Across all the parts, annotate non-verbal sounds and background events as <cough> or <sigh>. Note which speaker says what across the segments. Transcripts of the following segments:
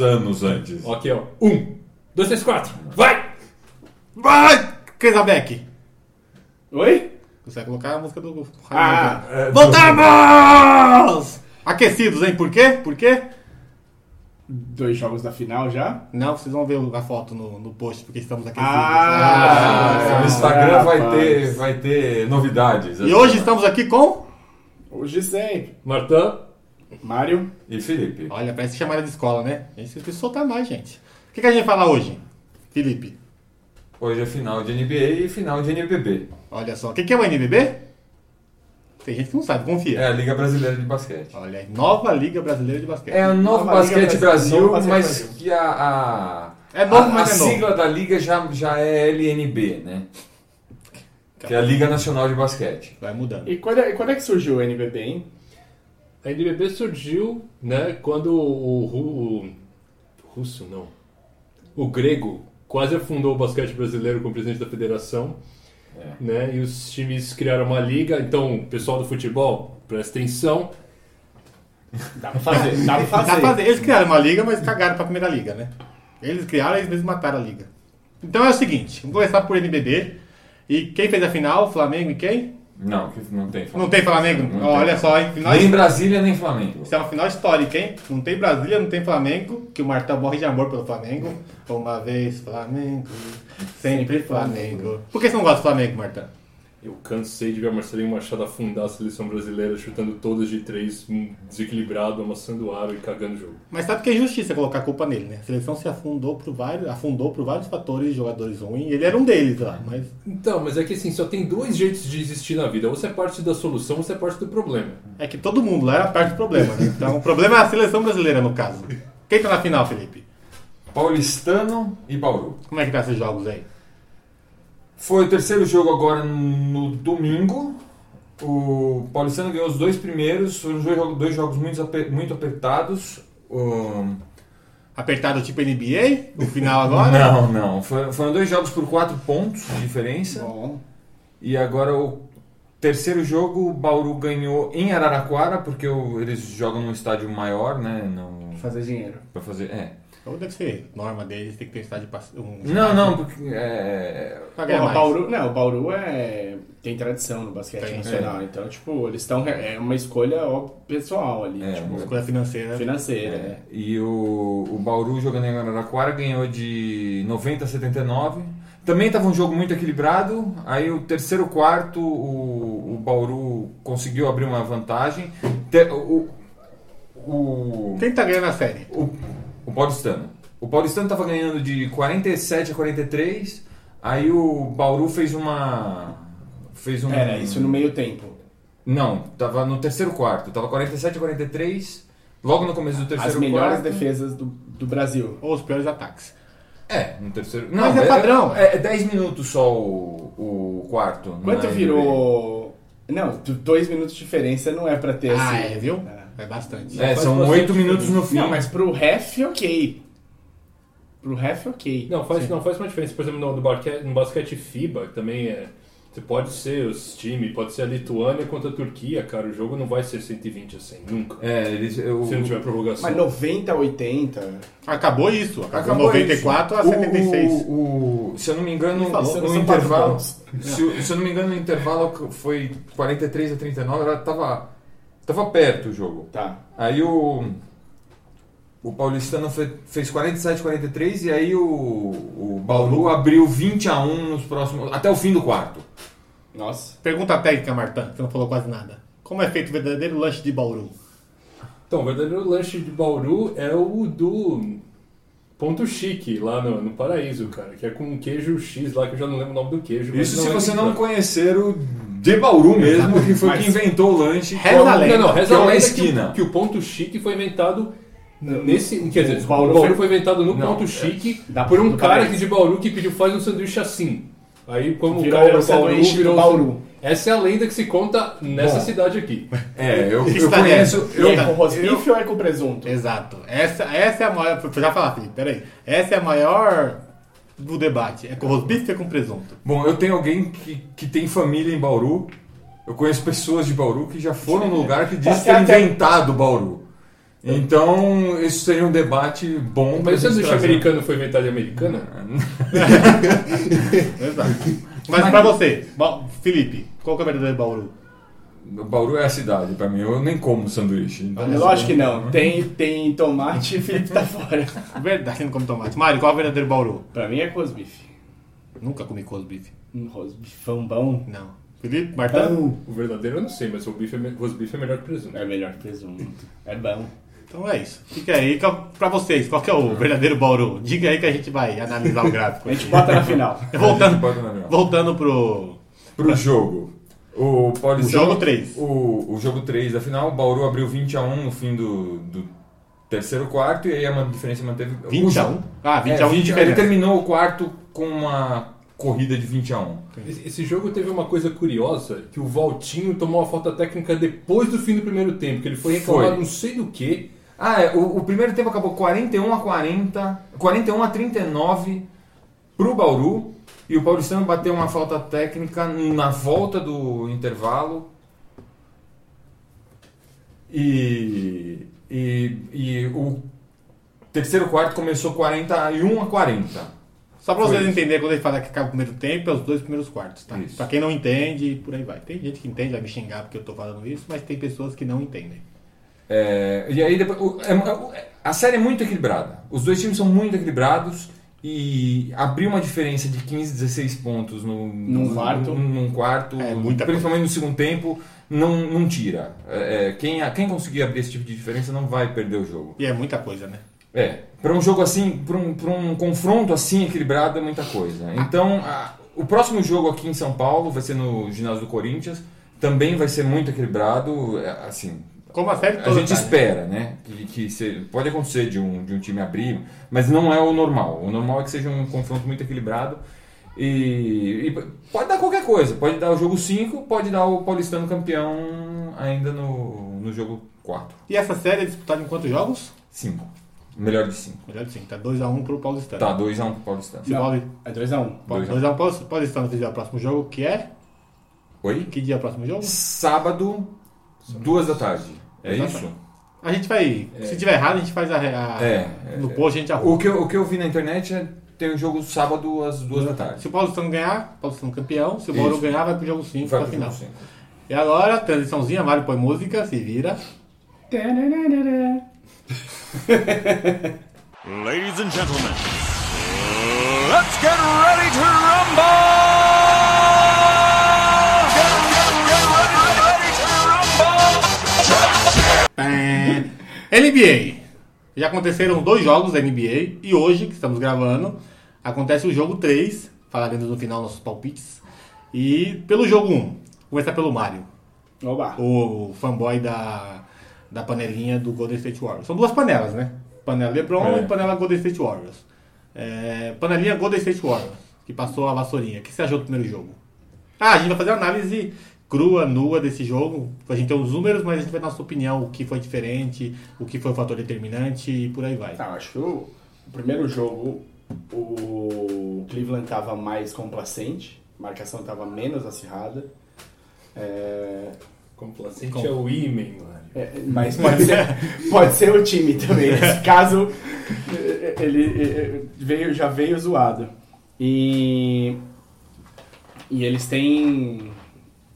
Speaker 1: anos antes.
Speaker 2: Ó, Aqui, ó. Um, dois, três, quatro. Vai!
Speaker 3: Vai! Krezabeck!
Speaker 2: Oi?
Speaker 3: Você vai colocar a música do Raimundo.
Speaker 2: Ah,
Speaker 3: é, Voltamos! Aquecidos, hein? Por quê? Por quê?
Speaker 2: Dois jogos da final já?
Speaker 3: Não, vocês vão ver a foto no, no post, porque estamos aquecidos.
Speaker 2: Ah!
Speaker 3: Ah.
Speaker 1: no é. Instagram vai
Speaker 2: rapaz.
Speaker 1: ter, vai ter novidades. assim.
Speaker 3: E hoje estamos aqui com...
Speaker 2: é. Hoje sempre.
Speaker 4: Martã,
Speaker 2: Mário.
Speaker 1: E Felipe.
Speaker 3: Olha, parece chamada de escola, né? A gente precisa soltar mais, gente. O que, que a gente vai falar hoje, Felipe?
Speaker 1: Hoje é final de NBA e final de NBB.
Speaker 3: Olha só, o que, que é o NBB? Tem gente que não sabe, confia.
Speaker 1: É a Liga Brasileira de Basquete.
Speaker 3: Olha aí, Nova Liga Brasileira de Basquete.
Speaker 1: É o novo
Speaker 2: Nova Liga
Speaker 1: Basquete
Speaker 2: Brasil,
Speaker 1: Brasil,
Speaker 2: novo Basquete
Speaker 1: mas
Speaker 2: Brasil.
Speaker 1: que a. a...
Speaker 3: É novo,
Speaker 1: a,
Speaker 3: mas
Speaker 1: a
Speaker 3: é novo.
Speaker 1: sigla da liga já, já é LNB, né? Que é a Liga Nacional de Basquete.
Speaker 3: Vai mudando.
Speaker 2: E quando é, quando é que surgiu o NBB, hein?
Speaker 4: a NBB surgiu, né, quando o, ru- o russo não, o grego quase afundou o basquete brasileiro como presidente da federação, né? E os times criaram uma liga. Então, pessoal do futebol, presta atenção.
Speaker 2: Dá pra fazer, dá
Speaker 3: Dá
Speaker 2: pra
Speaker 3: pra
Speaker 2: fazer.
Speaker 3: fazer. Eles criaram uma liga, mas cagaram pra primeira liga, né? Eles criaram e eles mesmos mataram a liga. Então é o seguinte, vamos começar por NBB. E quem fez a final? Flamengo e quem?
Speaker 1: Não, que não tem Flamengo.
Speaker 3: Não tem Flamengo?
Speaker 1: Não tem.
Speaker 3: Olha só, hein? Final...
Speaker 1: Nem Brasília, nem Flamengo.
Speaker 3: Isso é uma final histórica, hein? Não tem Brasília, não tem Flamengo, que o Martão morre de amor pelo Flamengo. Uma vez Flamengo, sempre Flamengo. Por que você não gosta do Flamengo, Martão?
Speaker 4: Eu cansei de ver a Marcelinho Machado afundar a seleção brasileira, chutando todas de três, um desequilibrado, amassando o aro e cagando o jogo.
Speaker 3: Mas sabe que é injustiça colocar a culpa nele, né? A seleção se afundou por vários, afundou por vários fatores, jogadores ruins. Ele era um deles lá, mas
Speaker 4: Então, mas é que assim, só tem dois jeitos de existir na vida. Ou você é parte da solução, ou você é parte do problema.
Speaker 3: é que todo mundo lá era parte do problema, né? Então o problema é a seleção brasileira, no caso. Quem tá na final, Felipe?
Speaker 1: Paulistano e Bauru.
Speaker 3: Como é que tá esses jogos aí?
Speaker 1: Foi o terceiro jogo agora no domingo. O Paulistano ganhou os dois primeiros. Foram dois jogos, dois jogos muito, ape- muito apertados. Ahn,
Speaker 3: Apertado tipo NBA? No final agora?
Speaker 1: não, não. Foi- Foram dois jogos por quatro pontos de diferença.
Speaker 2: Bom,
Speaker 1: E agora o terceiro jogo, o Bauru ganhou em Araraquara, porque o- eles jogam num estádio maior, né? No,
Speaker 2: fazer dinheiro.
Speaker 1: pra fazer. É.
Speaker 3: Ou Então, deve ser norma deles, tem que ter um estádio pass- um
Speaker 1: Não, não, porque. é,
Speaker 3: pra ganhar
Speaker 2: Porra,
Speaker 3: mais.
Speaker 2: Bauru, não, o Bauru é, tem tradição no basquete
Speaker 3: Tem,
Speaker 2: nacional. Então, tipo, eles estão. É uma escolha ó, pessoal ali.
Speaker 1: É,
Speaker 2: tipo,
Speaker 1: uma
Speaker 3: Escolha financeira.
Speaker 2: financeira. né?
Speaker 1: E o, o Bauru jogando em Araraquara ganhou de 90 a 79. Também estava um jogo muito equilibrado. Aí o terceiro quarto, o, o Bauru conseguiu abrir uma vantagem. Te- o, o,
Speaker 3: Quem tá ganhando a série?
Speaker 1: o, o Paulistano. O Paulistano estava ganhando de 47 a 43. Aí o Bauru fez uma. Fez um.
Speaker 2: Era É, né, isso no meio tempo.
Speaker 1: Não, tava no terceiro quarto. Tava 47 a 43. Logo no começo do terceiro
Speaker 2: As melhores
Speaker 1: quarto.
Speaker 2: defesas do, do Brasil.
Speaker 3: Ou os piores ataques?
Speaker 1: É, no terceiro.
Speaker 3: Mas é padrão.
Speaker 1: É, é 10 minutos só o, o quarto. é?
Speaker 2: Quanto
Speaker 1: na NBA.
Speaker 2: virou. Não, do- dois minutos de diferença não é pra ter
Speaker 3: Ah,
Speaker 2: assim.
Speaker 3: é, viu?
Speaker 2: É.
Speaker 3: É bastante.
Speaker 1: É,
Speaker 4: Faz
Speaker 1: são
Speaker 4: bastante
Speaker 1: 8 minutos no fim.
Speaker 2: Não, mas pro ref, ok. Pro ref, ok.
Speaker 4: Não, faz, não, faz uma diferença. Por exemplo, no, no, barque- no basquete FIBA, que também é. Você pode ser os times, pode ser a Lituânia contra a Turquia, cara. O jogo não vai ser 120 a 100, nunca.
Speaker 1: É, eles. Eu,
Speaker 4: Se não tiver prorrogação.
Speaker 2: Mas 90, 80.
Speaker 3: Acabou isso. Acabou,
Speaker 1: Acabou isso.
Speaker 3: 94 a 76.
Speaker 1: O, o- o- se eu não me engano,
Speaker 3: Ele falou,
Speaker 1: no
Speaker 2: são
Speaker 1: intervalo.
Speaker 2: quatro
Speaker 1: Se, eu- se eu não me engano, no intervalo foi 43 a 39, era, tava, tava perto o jogo.
Speaker 2: Tá.
Speaker 1: Aí o. O Paulistano fe- fez 47 a 43 e aí o, o Bauru abriu 20 a 1 nos próximos. Até o fim do quarto.
Speaker 2: Nossa.
Speaker 3: Pergunta técnica, Martã, você não falou quase nada. Como é feito o verdadeiro lanche de Bauru?
Speaker 4: Então, o verdadeiro lanche de Bauru é o do Ponto Chique, lá no, no Paraíso, cara. Que é com um queijo X lá, que eu já não lembro o nome do queijo. mas
Speaker 1: Isso se
Speaker 4: é
Speaker 1: você
Speaker 4: muito
Speaker 1: não
Speaker 4: bom.
Speaker 1: conhecer o de Bauru mesmo, que foi
Speaker 3: Mas-
Speaker 1: que inventou o lanche.
Speaker 3: Reza a lenda.
Speaker 4: Não, não, reza
Speaker 1: Que é
Speaker 4: a
Speaker 1: uma
Speaker 4: lenda que o-
Speaker 1: esquina.
Speaker 4: Que, o Ponto Chique foi inventado nesse... Quer dizer,
Speaker 2: o
Speaker 4: o
Speaker 2: Bauru
Speaker 4: Bauru,
Speaker 2: foi-
Speaker 4: foi... inventado no
Speaker 1: Não,
Speaker 4: Ponto Chique
Speaker 2: da-
Speaker 4: por
Speaker 2: do
Speaker 4: um cara
Speaker 2: Paraíso.
Speaker 4: aqui de Bauru que pediu faz um sanduíche assim. Aí, como
Speaker 2: Virou
Speaker 4: o cara
Speaker 2: o
Speaker 4: era Bauru,
Speaker 2: sanduíche do
Speaker 4: virou... um
Speaker 2: Bauru.
Speaker 4: Essa é a lenda que se conta nessa
Speaker 1: Bom.
Speaker 4: cidade aqui.
Speaker 1: É, eu, eu
Speaker 3: Está
Speaker 1: conheço.
Speaker 3: dentro.
Speaker 2: E
Speaker 1: Eu,
Speaker 2: é com rosbife ou é com presunto?
Speaker 3: Exato. Essa, essa é a maior. Vou já falar, Felipe, peraí. Essa é a maior do debate. É com rosbife ou com presunto?
Speaker 1: bom, eu tenho alguém que, que tem família em Bauru Eu conheço pessoas de Bauru que já foram no lugar que diz ter
Speaker 2: Passear até-
Speaker 1: inventado Bauru. Então, isso seria um debate bom pra
Speaker 4: Mas você
Speaker 1: gente
Speaker 4: acha que o
Speaker 1: trazer. É,
Speaker 4: americano foi inventado de americana?
Speaker 3: Exato. Mas pra você, Ba- Felipe, qual que é o verdadeiro Bauru?
Speaker 1: Bauru é a cidade pra mim, eu nem como sanduíche. então-
Speaker 2: É lógico que não. Tem, tem tomate e o Felipe tá fora.
Speaker 3: Verdade, você não come tomate. Mário, qual é o verdadeiro Bauru?
Speaker 2: <laughs> Pra mim é cosbife.
Speaker 3: Nunca comi cosbife.
Speaker 2: Um rosbifão bom.
Speaker 3: Não. Felipe, Martão?
Speaker 4: O verdadeiro eu não sei, mas o bife é, me... o bife é melhor que o presunto.
Speaker 2: É melhor que presunto. É bom.
Speaker 3: Então é isso. Fica aí Qual- pra vocês, qual que é o verdadeiro Bauru? Diga aí que a gente vai analisar o gráfico.
Speaker 2: A gente bota na final.
Speaker 1: A gente
Speaker 3: Voltando,
Speaker 1: bota na minha.
Speaker 3: voltando pro...
Speaker 1: Pro jogo. O, Paulistão,
Speaker 3: O jogo três.
Speaker 1: O, o jogo 3 da final, o Bauru abriu 20 a 1 no fim do, do terceiro quarto e aí a man- diferença manteve.
Speaker 3: 20 a
Speaker 1: o-
Speaker 3: 1? Ah, 20
Speaker 1: é,
Speaker 3: a
Speaker 1: 20
Speaker 3: 1 de
Speaker 1: Ele
Speaker 3: diferença.
Speaker 1: terminou o quarto com uma corrida de 20 a 1.
Speaker 4: Esse esse jogo teve uma coisa curiosa, que o Valtinho tomou uma falta técnica depois do fim do primeiro tempo, que ele foi reclamar
Speaker 1: Foi.
Speaker 4: não sei do que.
Speaker 1: Ah, é, o, o primeiro tempo acabou 41 a 40, 41 a 39 pro Bauru e o Paulistano bateu uma falta técnica na volta do intervalo. E, e, e o terceiro quarto começou 41 a 40.
Speaker 3: Só pra vocês
Speaker 1: Foi.
Speaker 3: entenderem, quando ele fala que acaba o primeiro tempo, é os dois primeiros quartos, tá?
Speaker 1: Isso.
Speaker 3: Pra quem não entende, por aí vai. Tem gente que entende, vai me xingar porque eu tô falando isso, mas tem pessoas que não entendem.
Speaker 1: É, e aí depois, o- é- o- é- a série é muito equilibrada. Os dois times são muito equilibrados e abrir uma diferença de 15, 16 pontos no,
Speaker 2: Num
Speaker 1: no-
Speaker 2: quarto.
Speaker 1: num, num quarto
Speaker 3: É muita
Speaker 1: principalmente no segundo tempo, não, não tira. É, é, quem, quem conseguir abrir esse tipo de diferença não vai perder o jogo.
Speaker 3: E é muita coisa, né?
Speaker 1: É, para um jogo assim, para um, pra um confronto assim equilibrado é muita coisa. Então, a- o próximo jogo aqui em São Paulo vai ser no ginásio do Corinthians, também vai ser muito equilibrado, é, assim,
Speaker 3: Como a série
Speaker 1: a
Speaker 3: toda.
Speaker 1: gente
Speaker 3: tá, né?
Speaker 1: espera, né? Que, que se- pode acontecer de um, de um time abrir, mas não é o normal. O normal é que seja um confronto muito equilibrado. E, e pode dar qualquer coisa. Pode dar o jogo 5, pode dar o paulistano campeão ainda no, no jogo 4.
Speaker 3: E essa série é disputada em quantos jogos?
Speaker 1: 5. Melhor de 5.
Speaker 3: Melhor sim, tá 2x1 pro Paulistano.
Speaker 1: Tá, 2x1 pro paulistano.
Speaker 3: Se
Speaker 2: Não.
Speaker 3: vale
Speaker 2: É 2x1.
Speaker 3: 2x1 pro Paulistano, se é o próximo jogo, que é?
Speaker 1: Oi?
Speaker 3: Que dia é o próximo jogo?
Speaker 1: Sábado, 2 da tarde. É
Speaker 3: Exatamente.
Speaker 1: isso?
Speaker 3: A gente vai. Se tiver errado, a gente faz a. a-
Speaker 1: É, é,
Speaker 3: no post a gente arruma.
Speaker 1: O que, eu, o que eu vi na internet é tem o jogo sábado às 2 da tarde.
Speaker 3: Se o Paulistano ganhar, Paulistano campeão. Se o Bauru
Speaker 1: Isso.
Speaker 3: ganhar, vai pro jogo 5
Speaker 1: Vai
Speaker 3: pra
Speaker 1: pro
Speaker 3: final.
Speaker 1: jogo 5.
Speaker 3: E agora, transiçãozinha, Mário põe música, se vira.
Speaker 5: Ladies and gentlemen, let's get ready to rumble! Get, get, get ready, ready to rumble!
Speaker 3: É, NBA. Já aconteceram dois jogos da NBA e hoje, que estamos gravando, acontece o jogo 3. Falaremos no final nossos palpites. E pelo jogo 1, vou começar pelo Mário,
Speaker 2: Oba.
Speaker 3: o fanboy da, da panelinha do Golden State Warriors. São duas panelas, né? Panela LeBron
Speaker 1: É.
Speaker 3: e panela Golden State Warriors. É, panelinha Golden State Warriors, que passou a vassourinha. O que você achou do primeiro jogo? Ah, a gente vai fazer uma análise crua, nua desse jogo. A gente tem os números, mas a gente vai dar nossa opinião, o que foi diferente, o que foi o fator determinante e por aí vai.
Speaker 2: Ah, acho que o, o primeiro jogo o Cleveland estava mais complacente, a marcação estava menos acirrada. É,
Speaker 4: Complacente é o Imen, mano.
Speaker 2: é, mas pode ser, pode ser o time também. Nesse caso, é, é, ele é, é, veio, já veio zoado. E, e eles têm.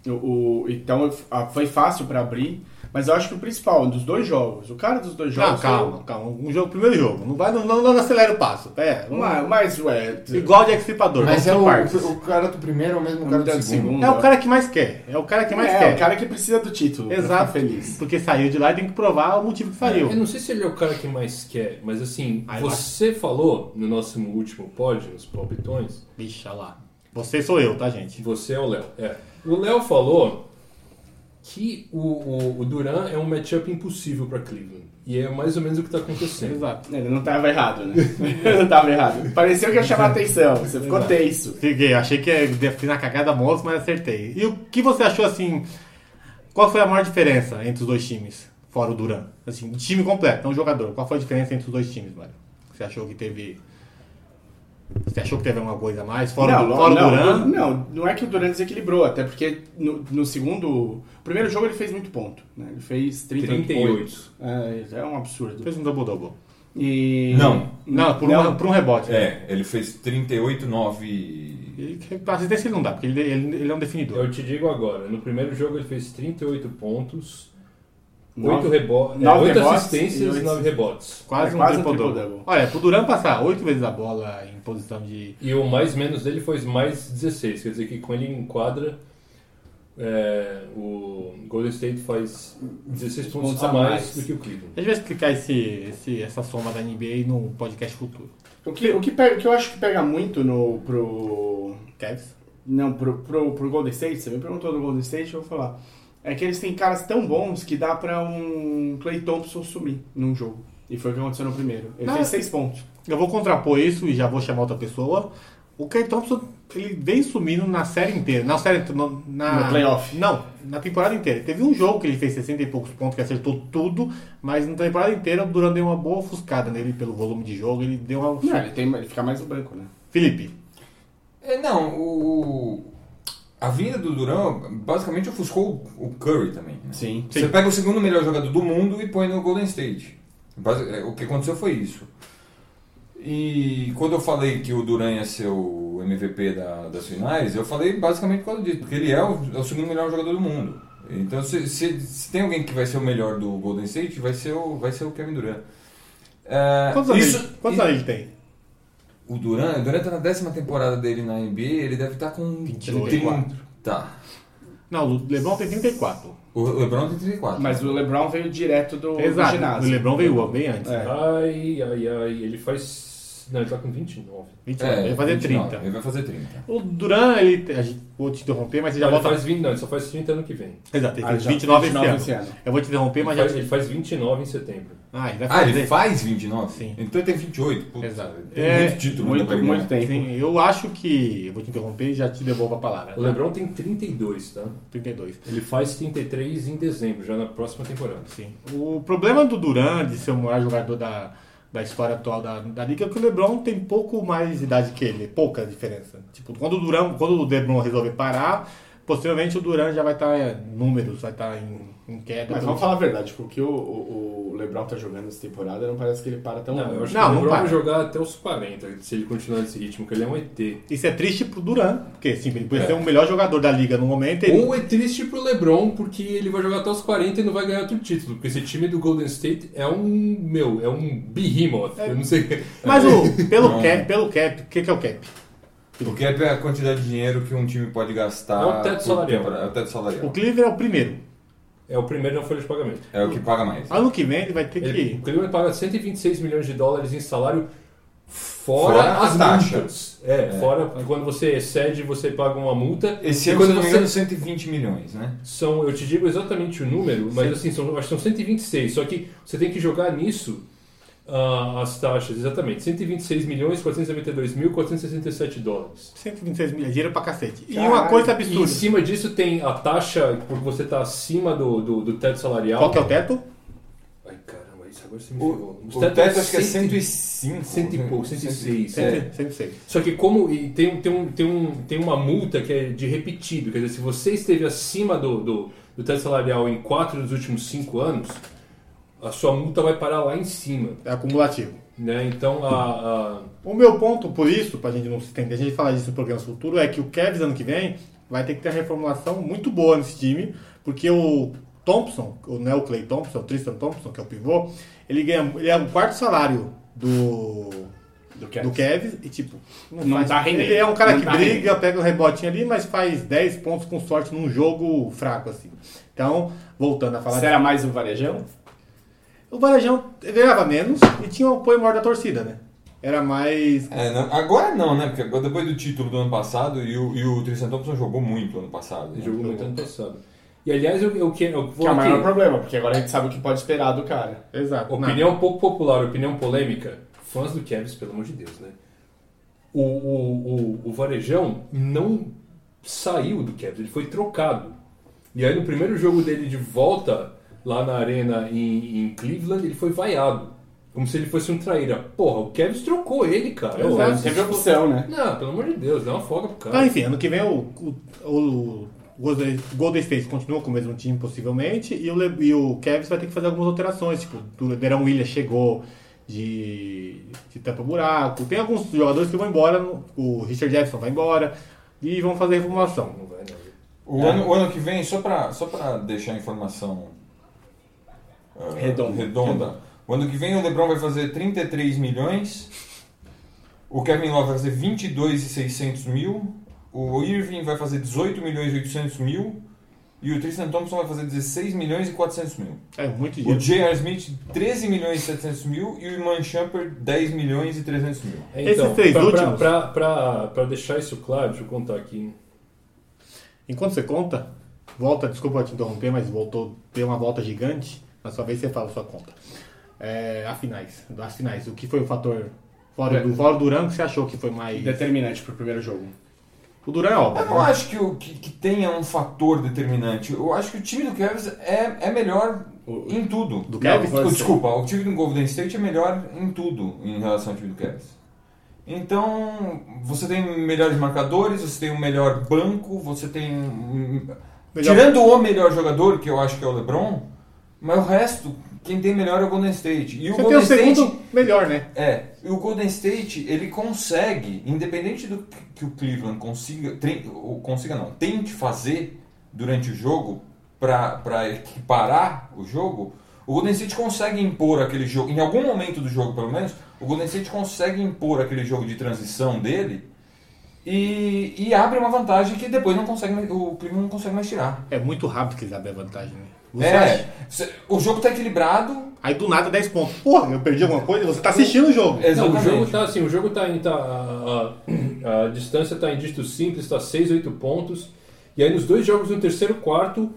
Speaker 2: O, o- então a- foi fácil para abrir, mas eu acho que o principal, um dos dois jogos, o cara dos dois
Speaker 3: Não,
Speaker 2: jogos.
Speaker 3: calma, calma. Um jogo, primeiro jogo. Não vai, não, não, não acelera o passo. É, vamos lá.
Speaker 2: Mas, mas ué,
Speaker 3: Igual de antecipador.
Speaker 6: Mas
Speaker 3: vamos
Speaker 6: é
Speaker 3: por
Speaker 6: o,
Speaker 3: partes.
Speaker 6: o cara do primeiro é o
Speaker 2: tá
Speaker 6: mesmo cara do segundo.
Speaker 3: É o cara que mais quer. É o cara que mais
Speaker 2: é,
Speaker 3: quer.
Speaker 2: o cara que precisa do título. pra
Speaker 3: Exato.
Speaker 2: ficar feliz.
Speaker 3: Porque saiu de lá e tem que provar o motivo que saiu.
Speaker 4: Eu não sei se ele é o cara que mais quer, mas assim,
Speaker 3: Ai,
Speaker 4: você falou no nosso último pod, nos palpitões,
Speaker 3: Bicha lá. Você sou eu, tá, gente?
Speaker 4: Você é o Léo. É. O Léo falou que o, o, o Duran é um matchup impossível para Cleveland. E é mais ou menos o que está acontecendo.
Speaker 3: Exato.
Speaker 2: Ele não tava errado, né? <laughs> Ele não tava errado. Pareceu que ia chamar atenção. Você ficou tenso.
Speaker 3: Fiquei, achei que ia- fiz na cagada monstro, mas acertei. E o que você achou assim? Qual foi a maior diferença entre os dois times? Fora o Duran. Assim, o time completo, não o jogador. Qual foi a diferença entre os dois times, Mário? Você achou que teve Você achou que teve alguma coisa a mais? Fora,
Speaker 2: não,
Speaker 3: do, fora
Speaker 2: não,
Speaker 3: o Duran?
Speaker 2: Não, não, não é que o Duran desequilibrou, até porque no, no segundo. Primeiro jogo ele fez muito ponto. Né? Ele fez 38.
Speaker 4: 38.
Speaker 2: É, isso é um absurdo.
Speaker 3: Fez um double-double.
Speaker 2: E...
Speaker 1: Não.
Speaker 3: Não, por, Um, por um rebote.
Speaker 1: É, ele fez 38, 9.
Speaker 3: Ele, a assistência ele não dá, porque ele, ele, ele é um definidor.
Speaker 4: Eu te digo agora, no primeiro jogo ele fez 38 pontos,
Speaker 2: Nove-
Speaker 4: 8 rebotes,
Speaker 2: nove
Speaker 4: 8
Speaker 2: rebotes e
Speaker 4: assistências e
Speaker 2: oito-
Speaker 4: 9 rebotes.
Speaker 3: Quase,
Speaker 2: É
Speaker 3: um
Speaker 2: quase um
Speaker 3: triple-double.
Speaker 2: triple-double.
Speaker 3: Olha, pro Duran passar oito vezes a bola em posição de...
Speaker 4: E o mais menos dele foi mais 16, quer dizer que com ele enquadra, é, o Golden State faz 16 pontos,
Speaker 2: Pontos
Speaker 4: a
Speaker 2: a
Speaker 4: mais
Speaker 2: mais.
Speaker 4: do que o Cleveland.
Speaker 3: A gente vai explicar esse, esse- essa soma da NBA no podcast futuro.
Speaker 2: O que, o, que pega, o que eu acho que pega muito no, pro.
Speaker 3: Kevs?
Speaker 2: Não, pro, pro, pro Golden State, você me perguntou do Golden State, eu vou falar. É que eles têm caras tão bons que dá pra um Clay Thompson sumir num jogo. E foi o que aconteceu no primeiro. Ele
Speaker 3: Não,
Speaker 2: fez
Speaker 3: é-
Speaker 2: seis pontos.
Speaker 3: Eu vou contrapor isso e já vou chamar outra pessoa. O Clay Thompson, ele vem sumindo na série inteira. Na série... No, na,
Speaker 2: No playoff.
Speaker 3: Não, na temporada inteira. Teve um jogo que ele fez 60 e poucos pontos, que acertou tudo, mas na temporada inteira o Duran deu uma boa ofuscada nele pelo volume de jogo. Ele deu uma...
Speaker 2: Não, ele, tem, ele fica mais no banco, né?
Speaker 3: Felipe,
Speaker 1: É, não, o. A vinda do Durão basicamente ofuscou o Curry também. né?
Speaker 2: Sim.
Speaker 1: Você pega o segundo melhor jogador do mundo e põe no Golden State. Basi- é, O que aconteceu foi isso. E quando eu falei que o Duran ia ser o MVP da- das finais, eu falei basicamente por causa disso, porque ele é o, é o segundo melhor jogador do mundo. Então, se, se- se tem alguém que vai ser o melhor do Golden State, vai ser o, vai ser o Kevin Durant. É,
Speaker 3: quantos, anos,
Speaker 1: isso-
Speaker 3: ele, quantos anos ele tem?
Speaker 1: o Duran, o Duran tá na décima temporada dele na NBA, ele deve estar com
Speaker 3: 28.
Speaker 1: 30. Tá.
Speaker 3: Não, o LeBron tem 34.
Speaker 1: O LeBron tem 34.
Speaker 2: Mas o LeBron veio direto do, do
Speaker 3: Exato. O
Speaker 2: ginásio.
Speaker 3: LeBron veio bem antes.
Speaker 2: É.
Speaker 3: né?
Speaker 4: Ai, ai, ai, ele faz... Não, ele tá com 29.
Speaker 3: 29,
Speaker 1: é,
Speaker 3: ele vai fazer
Speaker 1: 29,
Speaker 3: 30.
Speaker 1: Ele vai fazer 30.
Speaker 3: O Duran, ele. A gente, vou te interromper, mas ele já
Speaker 4: Não, ele
Speaker 3: volta.
Speaker 4: faz 20, não, ele só faz 30 ano que vem.
Speaker 3: Exato, ele
Speaker 2: Ah,
Speaker 3: fez
Speaker 2: já,
Speaker 3: 29,
Speaker 2: 29
Speaker 3: esse
Speaker 2: esse
Speaker 3: ano.
Speaker 2: ano.
Speaker 3: Eu vou te interromper,
Speaker 4: Ele
Speaker 3: mas já.
Speaker 4: faz, ele faz 29 em setembro.
Speaker 3: Ah, ele vai
Speaker 1: Ah,
Speaker 3: fazer.
Speaker 1: ele faz 29?
Speaker 3: Sim.
Speaker 1: Então ele tem 28. Putz,
Speaker 3: Exato.
Speaker 1: Tem
Speaker 3: É,
Speaker 1: muito título né? ainda pra
Speaker 2: Muito,
Speaker 1: ele
Speaker 2: muito
Speaker 1: ganhar.
Speaker 2: tempo.
Speaker 3: Sim, eu acho que. Eu vou te interromper e já te devolvo a palavra. tá?
Speaker 4: O LeBron tem 32, tá?
Speaker 3: 32.
Speaker 4: Ele faz 33 em dezembro, já na próxima temporada.
Speaker 3: Sim. O problema do Duran de ser o maior jogador da, da história atual da, da liga é que o LeBron tem pouco mais de idade que ele, pouca diferença. Tipo, quando o Duran, quando o LeBron resolver parar, possivelmente o Duran já vai estar em números, vai estar em, em queda.
Speaker 2: Mas vamos falar a verdade, porque o que o, o- o LeBron tá jogando essa temporada não parece que ele para tão
Speaker 4: Não, eu acho
Speaker 3: Não,
Speaker 4: que o
Speaker 3: não
Speaker 4: LeBron
Speaker 3: para.
Speaker 4: vai jogar até os 40, se ele continuar nesse ritmo, que ele é um ET.
Speaker 3: Isso é triste pro Duran, porque assim, ele podia ser o melhor jogador da liga no momento. Ele...
Speaker 4: Ou é triste pro LeBron, porque ele vai jogar até os 40 e não vai ganhar outro título, porque esse time do Golden State é um, meu, é um behemoth, eu não sei... <laughs>
Speaker 3: Mas o, pelo,
Speaker 1: Não.
Speaker 3: cap, pelo cap, o que, que é o cap?
Speaker 1: O cap é a quantidade de dinheiro que um time pode gastar.
Speaker 4: É o teto
Speaker 1: por
Speaker 4: salarial.
Speaker 1: temporada. É o teto
Speaker 3: O
Speaker 1: salarial.
Speaker 3: Cleaver é o primeiro.
Speaker 4: É o primeiro na folha de pagamento.
Speaker 1: É o que paga mais.
Speaker 3: Ano que vem ele vai ter
Speaker 4: Ele,
Speaker 3: que.
Speaker 4: o Cleveland paga 126 milhões de dólares em salário fora,
Speaker 1: Fora
Speaker 4: as
Speaker 1: a taxa.
Speaker 4: multas. É, fora porque quando você excede, você paga uma multa.
Speaker 1: Esse
Speaker 4: E
Speaker 1: ano, se
Speaker 4: quando
Speaker 1: não me
Speaker 4: você-
Speaker 1: engano, 120 milhões, né?
Speaker 4: são, eu te digo exatamente o número, mas assim, são, acho que são 126, só que você tem que jogar nisso ah, as taxas, exatamente. 126 milhões 492 mil 467 dólares.
Speaker 3: 126 milhões, dinheiro pra cacete. E
Speaker 2: Caralho,
Speaker 3: uma
Speaker 4: E
Speaker 3: coisa
Speaker 4: em
Speaker 3: absurda.
Speaker 4: cima disso tem a taxa, porque você está acima do, do, do teto salarial.
Speaker 3: Qual que é o teto?
Speaker 4: Ai, caramba, isso agora você me
Speaker 1: O,
Speaker 4: ferrou.
Speaker 1: o teto acho que é
Speaker 4: 100
Speaker 1: 105.
Speaker 4: cento e pouco, 106. É.
Speaker 3: 100, 106.
Speaker 4: Só que como e tem, um- tem, um, tem, um, tem uma multa que é de repetido, quer dizer, se você esteve acima do, do, do teto salarial em quatro dos últimos cinco anos, a sua multa vai parar lá em cima.
Speaker 3: É acumulativo.
Speaker 4: Né? Então a, a-
Speaker 3: O meu ponto, por isso, pra gente não se estender, a gente falar disso no programa futuro, é que o Cavs ano que vem vai ter que ter uma reformulação muito boa nesse time, porque o Thompson, o Neo Clay Thompson, o Tristan Thompson, que é o pivô, ele ganha, ele é o quarto salário do
Speaker 2: do que
Speaker 3: do Kevs e tipo, não,
Speaker 2: Não
Speaker 3: faz-
Speaker 2: tá rendendo.
Speaker 3: Ele é um cara
Speaker 2: Não
Speaker 3: que
Speaker 2: tá
Speaker 3: briga,
Speaker 2: rendendo.
Speaker 3: pega o rebotinho ali, mas faz 10 pontos com sorte num jogo fraco assim. Então, voltando a falar
Speaker 2: Será mais um varejão?
Speaker 3: O Varejão ganhava menos e tinha um apoio maior da torcida, né? Era mais
Speaker 1: É, não- agora não, né? Porque agora, depois do título do ano passado, e o, e o Tristan Thompson jogou muito ano passado. né?
Speaker 4: jogou muito ano passado. tá E aliás, eu, eu, que- eu
Speaker 2: Que
Speaker 4: vou
Speaker 2: é o
Speaker 4: aqui,
Speaker 2: maior problema, porque agora a gente sabe o que pode esperar do cara.
Speaker 3: Exato.
Speaker 4: opinião pouco popular, opinião polêmica, fãs do Cavs, pelo amor de Deus, né? O, o, o, o Varejão não saiu do Cavs, ele foi trocado. E aí no primeiro jogo dele de volta lá na arena em, em Cleveland, ele foi vaiado. Como se ele fosse um traíra. Porra, o Kevin trocou ele, cara. Ô,
Speaker 2: Exato,
Speaker 4: se
Speaker 2: teve
Speaker 4: for-
Speaker 2: opção, né?
Speaker 4: Não, pelo amor de Deus, dá uma folga pro cara.
Speaker 3: Ah, enfim, ano que vem o, o, o Golden- Golden State continua com o mesmo time, possivelmente, e o, Le- e o Cavs vai ter que fazer algumas alterações, tipo, o Deron Williams chegou de, de tampa-buraco, tem alguns jogadores que vão embora, o Richard Jefferson vai embora, e vão fazer reformulação.
Speaker 4: Não vai, não.
Speaker 1: O, ano, o ano que vem, só para só pra deixar a informação ah,
Speaker 2: Redonda.
Speaker 1: redonda, o ano que vem o LeBron vai fazer 33 milhões, o Kevin Love vai fazer 22,600 mil, o Irving vai fazer 18 milhões e 800 mil e o Tristan Thompson vai fazer 16 milhões e 400 mil.
Speaker 3: É muito
Speaker 1: O
Speaker 3: dinheiro.
Speaker 1: J.R. Smith, 13 milhões e 700 mil e o Iman Shumpert, 10 milhões e 300 mil.
Speaker 3: Esses três
Speaker 4: É, então, pra,
Speaker 3: últimos-
Speaker 4: Pra, pra, pra- pra deixar isso claro, deixa eu contar aqui.
Speaker 3: Enquanto você conta, volta, desculpa te interromper, mas voltou, deu uma volta gigante, na sua vez você fala a sua conta. É, as finais, das finais, o que foi o fator fora do, fora do Duran que você achou que foi mais...
Speaker 2: Determinante pro primeiro jogo.
Speaker 3: O Duran é óbvio,
Speaker 1: Eu não
Speaker 3: né?
Speaker 1: acho que, o, que, que tenha um fator determinante. Eu acho que o time do Cavs é, é melhor
Speaker 2: O-
Speaker 1: em tudo.
Speaker 3: Do Cavs?
Speaker 1: Não, desculpa, o time do Golden State é melhor em tudo em relação ao time do Cavs. Então, você tem melhores marcadores, você tem um melhor banco, você tem. um-
Speaker 3: Melhor-
Speaker 1: Tirando o melhor jogador, que eu acho que é o LeBron, mas o resto, quem tem melhor é o Golden State. E o
Speaker 3: Você tem
Speaker 1: Golden
Speaker 3: o um segundo
Speaker 1: State
Speaker 3: melhor, né?
Speaker 1: é, e o Golden State, ele consegue, independente do que o Cleveland consiga, tre- ou consiga não, tente fazer durante o jogo para equiparar o jogo, o Golden State consegue impor aquele jogo, em algum momento do jogo pelo menos, o Golden State consegue impor aquele jogo de transição dele e, e abre uma vantagem que depois não consegue, o Cleveland não consegue mais tirar.
Speaker 3: É muito rápido que eles abrem a vantagem, né? Você acha?
Speaker 1: É, cê- o jogo tá equilibrado,
Speaker 3: Aí do nada 10 pontos. Porra, eu perdi alguma coisa? Você tá assistindo o jogo.
Speaker 4: Não, o
Speaker 1: exatamente.
Speaker 4: jogo tá assim, o jogo tá em. Tá, a, a- a distância tá em dígito simples, tá 6, 8 pontos. E aí nos dois jogos, no terceiro quarto,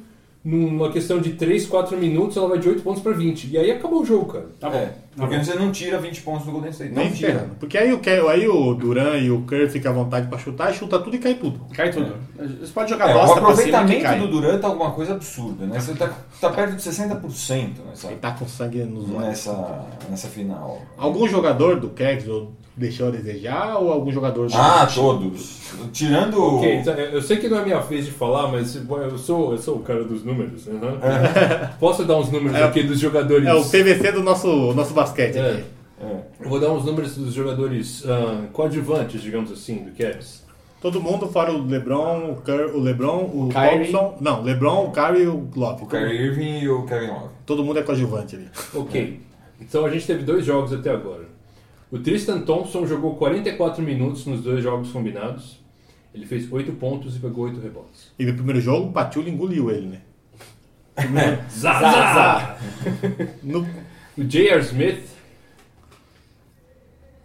Speaker 4: numa questão de 3, 4 minutos, ela vai de 8 pontos pra 20. E aí acabou o jogo, cara.
Speaker 2: Tá
Speaker 1: É, porque você não tira 20 pontos do Golden State.
Speaker 3: Nem
Speaker 1: não tira.
Speaker 3: ferrando. Porque aí o, Ke- aí o Duran e o Kerr ficam à vontade pra chutar, chuta tudo e cai tudo.
Speaker 2: Cai tudo. Você pode jogar
Speaker 1: É, o
Speaker 2: bosta pra cima que
Speaker 1: aproveitamento
Speaker 2: cai.
Speaker 1: do Duran tá alguma coisa absurda, né? Você tá, tá perto de 60% nessa,
Speaker 3: Ele tá com sangue
Speaker 1: É.
Speaker 3: nos olhos.
Speaker 1: nessa, nessa final.
Speaker 3: Algum jogador do Cavs ou deixou a desejar ou algum jogador do
Speaker 1: Ah, todos. Tirando. o-
Speaker 3: Uhum.
Speaker 4: Ok, tá, eu sei que não é minha vez de falar, mas bom, eu sou, eu sou o cara dos números. né? Posso dar uns números
Speaker 3: Uhum. É.
Speaker 4: aqui dos jogadores?
Speaker 3: É o PVC do nosso, nosso basquete
Speaker 4: É.
Speaker 3: aqui.
Speaker 1: É.
Speaker 4: Eu vou dar uns números dos jogadores ah, coadjuvantes, digamos assim, do Cavs.
Speaker 3: Todo mundo fora o LeBron, o Kerr, o LeBron, o
Speaker 2: Kyrie.
Speaker 3: Thompson. Não, LeBron, o Kyrie e o Love.
Speaker 1: O Kyrie Irving e o Kevin Love.
Speaker 3: Todo mundo é coadjuvante ali.
Speaker 4: Ok, então a gente teve dois jogos até agora. O Tristan Thompson jogou 44 minutos nos dois jogos combinados. Ele fez 8 pontos e pegou 8 rebotes.
Speaker 3: E no primeiro jogo, o Patulho engoliu ele, né?
Speaker 4: Zá, zá, zá.
Speaker 3: No-
Speaker 4: O J.R. Smith,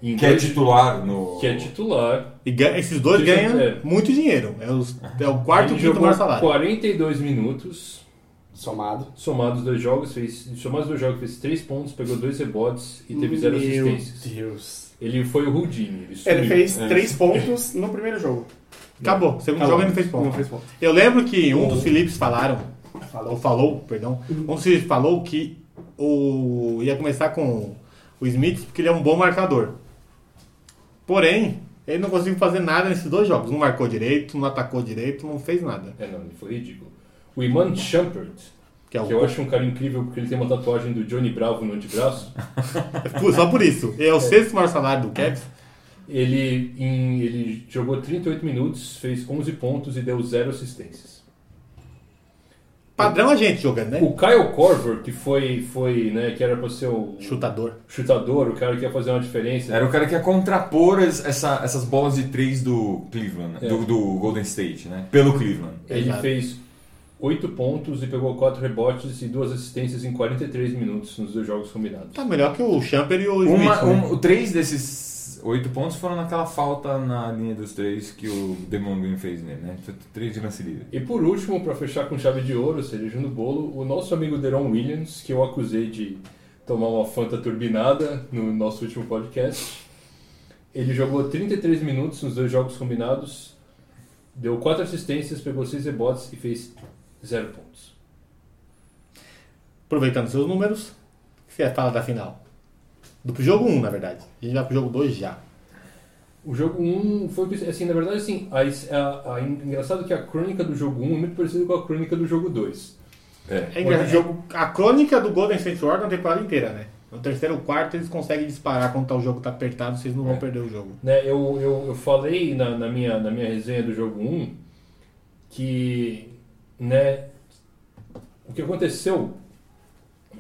Speaker 4: em
Speaker 1: Que é
Speaker 4: dois-
Speaker 1: titular no.
Speaker 4: que é titular,
Speaker 3: E ganha- esses dois
Speaker 4: Eles-
Speaker 3: ganham
Speaker 4: é.
Speaker 3: muito dinheiro. É, os- é o quarto e
Speaker 4: ele
Speaker 3: o quinto
Speaker 4: jogou
Speaker 3: maior salário.
Speaker 4: 42 minutos.
Speaker 2: Somado.
Speaker 4: Somados dois jogos, fez, somados dois jogos, fez três pontos, pegou dois rebotes e teve zero
Speaker 2: Meu
Speaker 4: assistências.
Speaker 2: Deus.
Speaker 4: Ele foi o Houdini. Ele, sumiu.
Speaker 2: Ele fez
Speaker 1: É.
Speaker 2: três pontos no primeiro jogo.
Speaker 3: Acabou. Segundo
Speaker 2: Acabou.
Speaker 3: jogo ele não fez ponto.
Speaker 2: Um Não fez ponto.
Speaker 3: Eu lembro que um dos Philips falaram, ou
Speaker 2: Falou.
Speaker 3: falou, perdão, um dos Philips falou que o ia começar com o Smith porque ele é um bom marcador. Porém, ele não conseguiu fazer nada nesses dois jogos. Não marcou direito, não atacou direito, não fez nada.
Speaker 4: É, não, ele foi ridículo. O Iman Shumpert,
Speaker 3: Que é o-
Speaker 4: que eu acho um cara incrível porque ele tem uma tatuagem do Johnny Bravo no antebraço.
Speaker 3: Pô, <laughs> Só por isso. É o sexto maior salário do Cavs.
Speaker 4: É. Ele, em- ele jogou 38 minutos, fez 11 pontos e deu zero assistências.
Speaker 3: Padrão a gente jogando, né?
Speaker 4: O Kyle Corver, que foi, foi né, que era pra ser o
Speaker 3: Chutador.
Speaker 4: chutador, o cara que ia fazer uma diferença.
Speaker 1: Era o cara que ia contrapor es- essa- essas bolas de três do Cleveland,
Speaker 4: É.
Speaker 1: do, do Golden State, né? Pelo Cleveland.
Speaker 4: Ele
Speaker 3: Exato.
Speaker 4: fez 8 pontos e pegou 4 rebotes e 2 assistências em 43 minutos nos dois jogos combinados.
Speaker 3: Tá melhor que o Champer e o Smith.
Speaker 1: Uma,
Speaker 3: né?
Speaker 1: um, três desses oito pontos foram naquela falta na linha dos três que o Demon Green fez nele, né? Três de lance livre.
Speaker 4: E por último, para fechar com chave de ouro, cereja no bolo, o nosso amigo Deron Williams, que eu acusei de tomar uma Fanta turbinada no nosso último podcast. Ele jogou 33 minutos nos dois jogos combinados, deu 4 assistências, pegou 6 rebotes e fez 0 pontos.
Speaker 3: é Aproveitando seus números, o que você fala da final? Do jogo 1, na verdade. A gente vai pro jogo 2 já.
Speaker 4: O jogo 1 foi assim, na verdade assim, a, a, a- engraçado que a crônica do jogo 1 é muito parecida com a crônica do jogo 2.
Speaker 3: É engraçado. jogo, a crônica do Golden State Warriors na temporada inteira, né? No terceiro quarto eles conseguem disparar quando tá- o jogo tá apertado, vocês não vão perder o jogo.
Speaker 4: Né, eu, eu, eu falei na, na, minha, na minha resenha do jogo 1 que né, o que aconteceu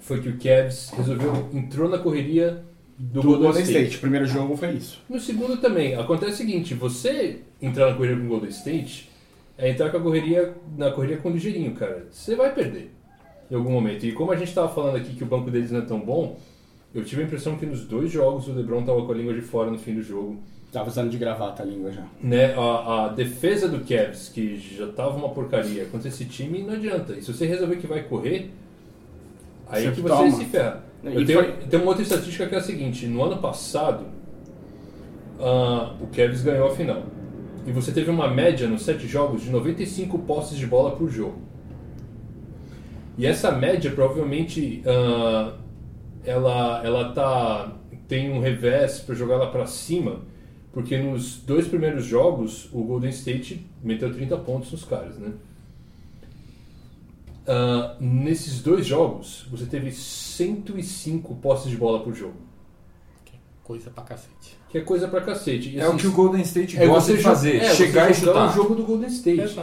Speaker 4: foi que o Cavs resolveu entrou na correria do,
Speaker 2: Do Golden State. O primeiro jogo foi isso.
Speaker 4: No segundo também, acontece o seguinte, você entrar na correria com o Golden State é entrar com a correria, na correria com o ligeirinho, cara. Você vai perder em algum momento. E como a gente estava falando aqui que o banco deles não é tão bom, eu tive a impressão que nos dois jogos o LeBron tava com a língua de fora no fim do jogo.
Speaker 2: Tava usando de gravata a língua já.
Speaker 4: Né? A, a defesa do Cavs, que já tava uma porcaria contra esse time, não adianta. E se você resolver que vai correr, aí
Speaker 2: Você
Speaker 4: que você
Speaker 2: toma.
Speaker 4: se ferra.
Speaker 2: E
Speaker 4: Eu tenho, um,
Speaker 2: foi-
Speaker 4: tem uma outra estatística que é a seguinte: no ano passado, ah, o Cavs ganhou a final. E você teve uma média nos sete jogos de 95 posses de bola por jogo. E essa média provavelmente ah, ela ela tá tem um revés para jogar lá para cima, porque nos dois primeiros jogos o Golden State meteu 30 pontos nos caras, né? Ah, nesses dois jogos, você teve 105 posses de bola por jogo.
Speaker 3: Coisa pra cacete.
Speaker 4: Que é coisa pra cacete. E,
Speaker 1: É
Speaker 4: assim,
Speaker 1: o que o Golden State
Speaker 4: é
Speaker 1: gosta
Speaker 4: você
Speaker 1: de
Speaker 4: jo-
Speaker 1: fazer,
Speaker 4: é,
Speaker 1: chegar e
Speaker 4: você jogar
Speaker 1: chutar.
Speaker 4: o jogo do Golden State.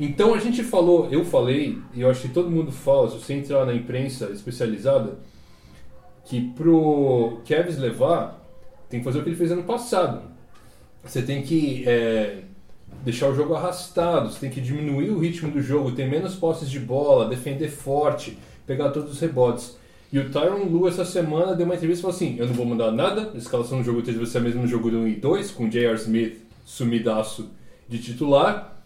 Speaker 4: Então a gente falou, eu falei, e eu acho que todo mundo fala, se você entrar na imprensa especializada, que pro Kevs levar, tem que fazer o que ele fez ano passado. Você tem que é, deixar o jogo arrastado, você tem que diminuir o ritmo do jogo, ter menos posses de bola, defender forte, pegar todos os rebotes. E o Tyron Lu essa semana deu uma entrevista e falou assim: Eu não vou mudar nada, a escalação do jogo 3 vai ser a mesma do jogo 1 e 2, com J.R. Smith sumidaço de titular.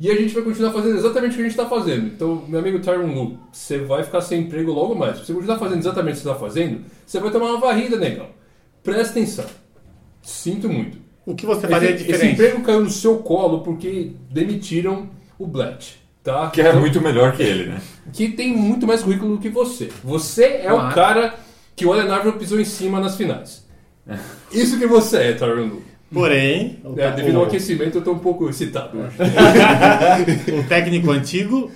Speaker 4: E a gente vai continuar fazendo exatamente o que a gente está fazendo. Então, meu amigo Tyron Lu, você vai ficar sem emprego logo mais. Se você continuar fazendo exatamente o que você está fazendo, você vai tomar uma varrida, negão. Presta atenção. Sinto muito.
Speaker 3: O que você faria
Speaker 4: Esse- Esse
Speaker 3: diferente?
Speaker 4: emprego caiu no seu colo porque demitiram o Blatt, tá?
Speaker 1: Que é muito melhor que ele, né?
Speaker 4: Que tem muito mais currículo do que você. Você é o
Speaker 3: Claro.
Speaker 4: cara que o Allen Iverson pisou em cima nas finais. Isso que você é, Tyron Lu.
Speaker 3: Porém, É. o,
Speaker 4: É, devido ao
Speaker 3: o-
Speaker 4: aquecimento, eu tô um pouco excitado hoje.
Speaker 3: o técnico antigo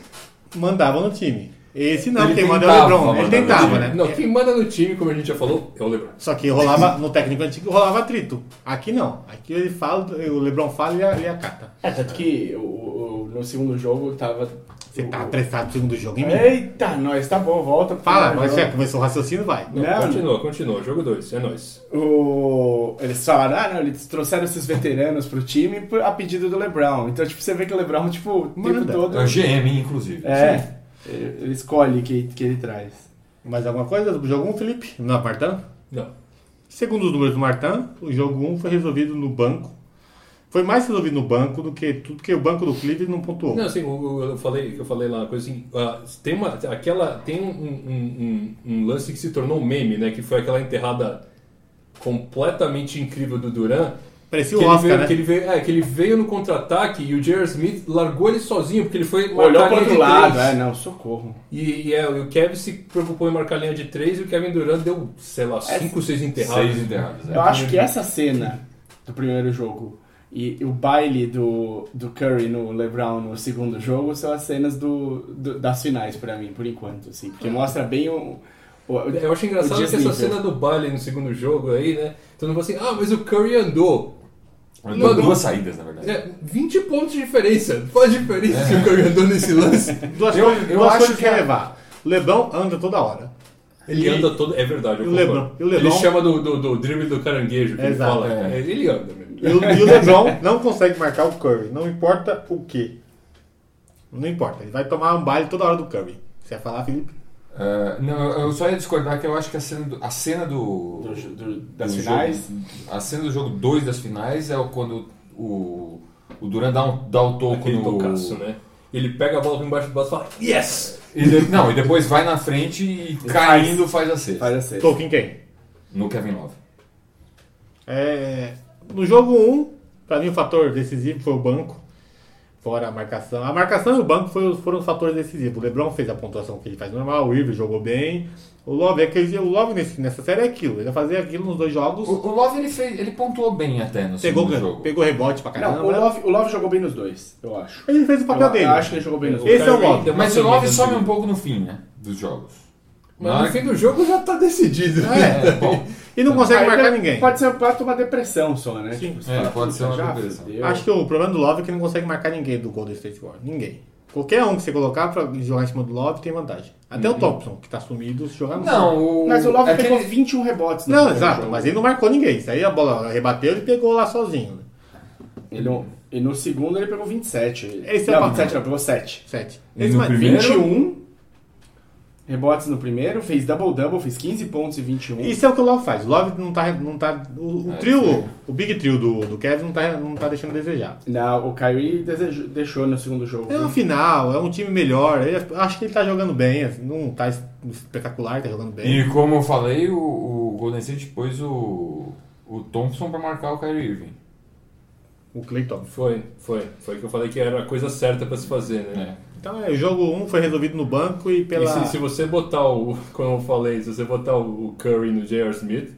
Speaker 3: mandava no time. Esse não,
Speaker 1: Ele
Speaker 3: quem manda é o
Speaker 1: tentava
Speaker 3: Lebron. Ele
Speaker 1: mandar no
Speaker 3: tentava,
Speaker 1: time.
Speaker 3: né?
Speaker 4: Não, quem manda no time, como a gente já falou, é o LeBron.
Speaker 3: Só que rolava, no técnico antigo rolava atrito. Aqui não. Aqui ele fala, o Lebron fala e ele acata.
Speaker 2: É, tanto que o, o- no segundo jogo tava.
Speaker 3: Você tá
Speaker 2: o-
Speaker 3: apressado no segundo jogo em mim.
Speaker 2: Eita, nós, tá bom, volta. pro
Speaker 3: Fala,
Speaker 2: primeiro
Speaker 3: mas
Speaker 2: jogo.
Speaker 3: já começou o raciocínio, vai.
Speaker 2: Não,
Speaker 4: continua, continua. Jogo 2, é nóis.
Speaker 2: o, eles falaram, ah, não, eles trouxeram esses veteranos pro time por- a pedido do LeBron. Então, tipo, você vê que o LeBron, tipo, o tempo
Speaker 3: Manda.
Speaker 1: É
Speaker 2: todo.
Speaker 1: o GM, inclusive.
Speaker 2: É, ele escolhe que, que ele traz.
Speaker 3: Mais alguma coisa do jogo 1, Felipe? Não, Martã?
Speaker 4: Não.
Speaker 3: Segundo os números do Martã, o jogo 1 foi resolvido no banco. Foi mais resolvido no banco do que tudo que o banco do Cleveland não pontuou.
Speaker 4: Não, assim, o- o- eu falei, eu falei lá uma coisa assim, ah, tem uma, aquela, tem um, um- um- um lance que se tornou um meme, né, que foi aquela enterrada completamente incrível do Duran, que,
Speaker 3: Parecia o
Speaker 4: ele
Speaker 3: Oscar,
Speaker 4: veio-
Speaker 3: né?
Speaker 4: que ele veio, é, que ele veio no contra-ataque e o J.R. Smith largou ele sozinho, porque ele foi marcar
Speaker 2: Olhou pro
Speaker 4: a linha
Speaker 2: outro
Speaker 4: de
Speaker 2: lado,
Speaker 4: três.
Speaker 2: é, não, socorro.
Speaker 4: E, e é, o Kevin se preocupou em marcar a linha de 3 e o Kevin Durant deu, sei
Speaker 2: É
Speaker 4: lá, 5, 6 enterrados.
Speaker 1: Seis enterrados.
Speaker 2: Eu
Speaker 1: É.
Speaker 2: acho que essa cena do primeiro jogo e o baile do, do Curry no LeBron no segundo jogo são as cenas do, do- das finais pra mim, por enquanto, assim, porque mostra bem o... o- o-
Speaker 4: É, Eu acho
Speaker 2: o
Speaker 4: engraçado que essa
Speaker 2: desnível.
Speaker 4: cena do baile no segundo jogo aí, né? Todo mundo fala assim, ah, mas o Curry andou.
Speaker 1: Mandou Duas saídas, na verdade.
Speaker 4: É, 20 pontos de diferença. Faz diferença se o Curry andou nesse lance.
Speaker 3: Duas
Speaker 1: Eu-
Speaker 3: coisas,
Speaker 1: eu
Speaker 3: duas
Speaker 1: acho
Speaker 3: coisas
Speaker 1: que
Speaker 3: que
Speaker 1: a-
Speaker 3: levar. O Lebron anda toda hora.
Speaker 4: Ele
Speaker 3: E-
Speaker 4: anda todo. É verdade, eu
Speaker 3: e o
Speaker 4: concordo.
Speaker 3: Lebron- e o Lebron-
Speaker 4: Ele chama do, do, do drible do caranguejo que
Speaker 3: Exato, Um
Speaker 4: ele fala. É, Ele anda mesmo.
Speaker 3: E o, e o LeBron não consegue marcar o Curry, não importa o que. Não importa, ele vai tomar um baile toda hora do Curry. Você ia falar, Felipe?
Speaker 1: Ah, não, eu só ia discordar que eu acho que a cena do, a cena do,
Speaker 2: do- do- das
Speaker 1: do
Speaker 2: finais.
Speaker 1: jogo- a cena do jogo 2 das finais é o- quando o, o Duran dá, um- dá o toco
Speaker 4: Aquele
Speaker 1: no.
Speaker 4: tocaço, né? Ele pega a bola por embaixo do braço e fala, yes!
Speaker 1: E de- não, e depois vai na frente e caindo faz a cesta.
Speaker 2: Faz a cena.
Speaker 3: Tolkien quem?
Speaker 1: No Kevin Love.
Speaker 3: um, É, no jogo 1, pra mim o fator decisivo foi o banco. Foi fora a marcação. A marcação e o banco foi- foram os fatores decisivos. O Lebron fez a pontuação que ele faz normal, o Irving jogou bem. O Love, é que ele- o Love nesse- nessa série é aquilo. Ele vai fazer aquilo nos dois jogos.
Speaker 1: O, o Love ele, fez, ele pontuou bem até no
Speaker 3: pegou,
Speaker 1: segundo jogo.
Speaker 3: pegou rebote pra caramba.
Speaker 2: Não, o Love, o Love jogou bem nos dois, eu acho.
Speaker 3: Ele fez o papel
Speaker 2: eu,
Speaker 3: dele.
Speaker 2: eu acho que ele jogou bem nos dois.
Speaker 3: Esse é o
Speaker 4: Kyrie
Speaker 3: Love.
Speaker 4: deu uma
Speaker 1: Mas o Love
Speaker 4: sumida
Speaker 1: some
Speaker 4: no
Speaker 1: um pouco no fim, né? Dos jogos. Na
Speaker 7: Mas
Speaker 1: hora
Speaker 7: no fim do jogo já tá decidido.
Speaker 3: Ah,
Speaker 1: É, bom,
Speaker 3: E não consegue
Speaker 2: Aí
Speaker 3: marcar
Speaker 2: pode-
Speaker 3: ninguém.
Speaker 2: Pode ser pode ter uma depressão só, né?
Speaker 3: Sim.
Speaker 2: você
Speaker 1: É,
Speaker 2: fala,
Speaker 1: pode ser
Speaker 2: "Puta,
Speaker 1: uma
Speaker 2: já
Speaker 1: depressão."
Speaker 2: fudeu.
Speaker 3: Acho que o problema do Love é que ele não consegue marcar ninguém do Golden State Warriors. Ninguém. Qualquer um que você colocar pra jogar em cima do Love tem vantagem. Até o Thompson, que tá sumido, se jogar no
Speaker 1: não, o,
Speaker 2: Mas o Love
Speaker 1: é que
Speaker 2: pegou
Speaker 1: ele-
Speaker 2: 21 rebotes. né, no
Speaker 3: Não,
Speaker 2: primeiro
Speaker 3: exato,
Speaker 2: jogo.
Speaker 3: mas ele não marcou ninguém. Isso aí a bola rebateu e pegou lá sozinho. né?
Speaker 2: Ele não- e no segundo ele pegou 27.
Speaker 3: Esse é o
Speaker 2: não,
Speaker 3: papel.
Speaker 2: 27 não, pegou 7.
Speaker 3: Sete.
Speaker 1: E
Speaker 3: Esse
Speaker 1: no
Speaker 3: ma-
Speaker 1: primeiro?
Speaker 2: 21 rebotes no primeiro, fez double-double, fez 15 pontos e 21.
Speaker 3: Isso é o que o Love faz. O Love não tá. Não tá o, o
Speaker 1: É,
Speaker 3: trio,
Speaker 1: sim.
Speaker 3: o big trio do, do Kevin não tá, não tá deixando a desejar.
Speaker 2: Não, o Kyrie desejou- deixou no segundo jogo.
Speaker 3: É uma final, é um time melhor. ele- acho que ele tá jogando bem, assim, não tá es- espetacular, tá jogando bem.
Speaker 1: E como eu falei, o, o Golden State pôs o, o Thompson pra marcar o Kyrie Irving.
Speaker 3: O Clayton.
Speaker 4: Foi, foi. Foi que eu falei que era a coisa certa pra se fazer, né?
Speaker 1: É.
Speaker 3: Então é, o jogo 1 um foi resolvido no banco e pela.
Speaker 4: E se, se você botar o. <laughs> Como eu falei, se você botar o Curry no J.R. Smith,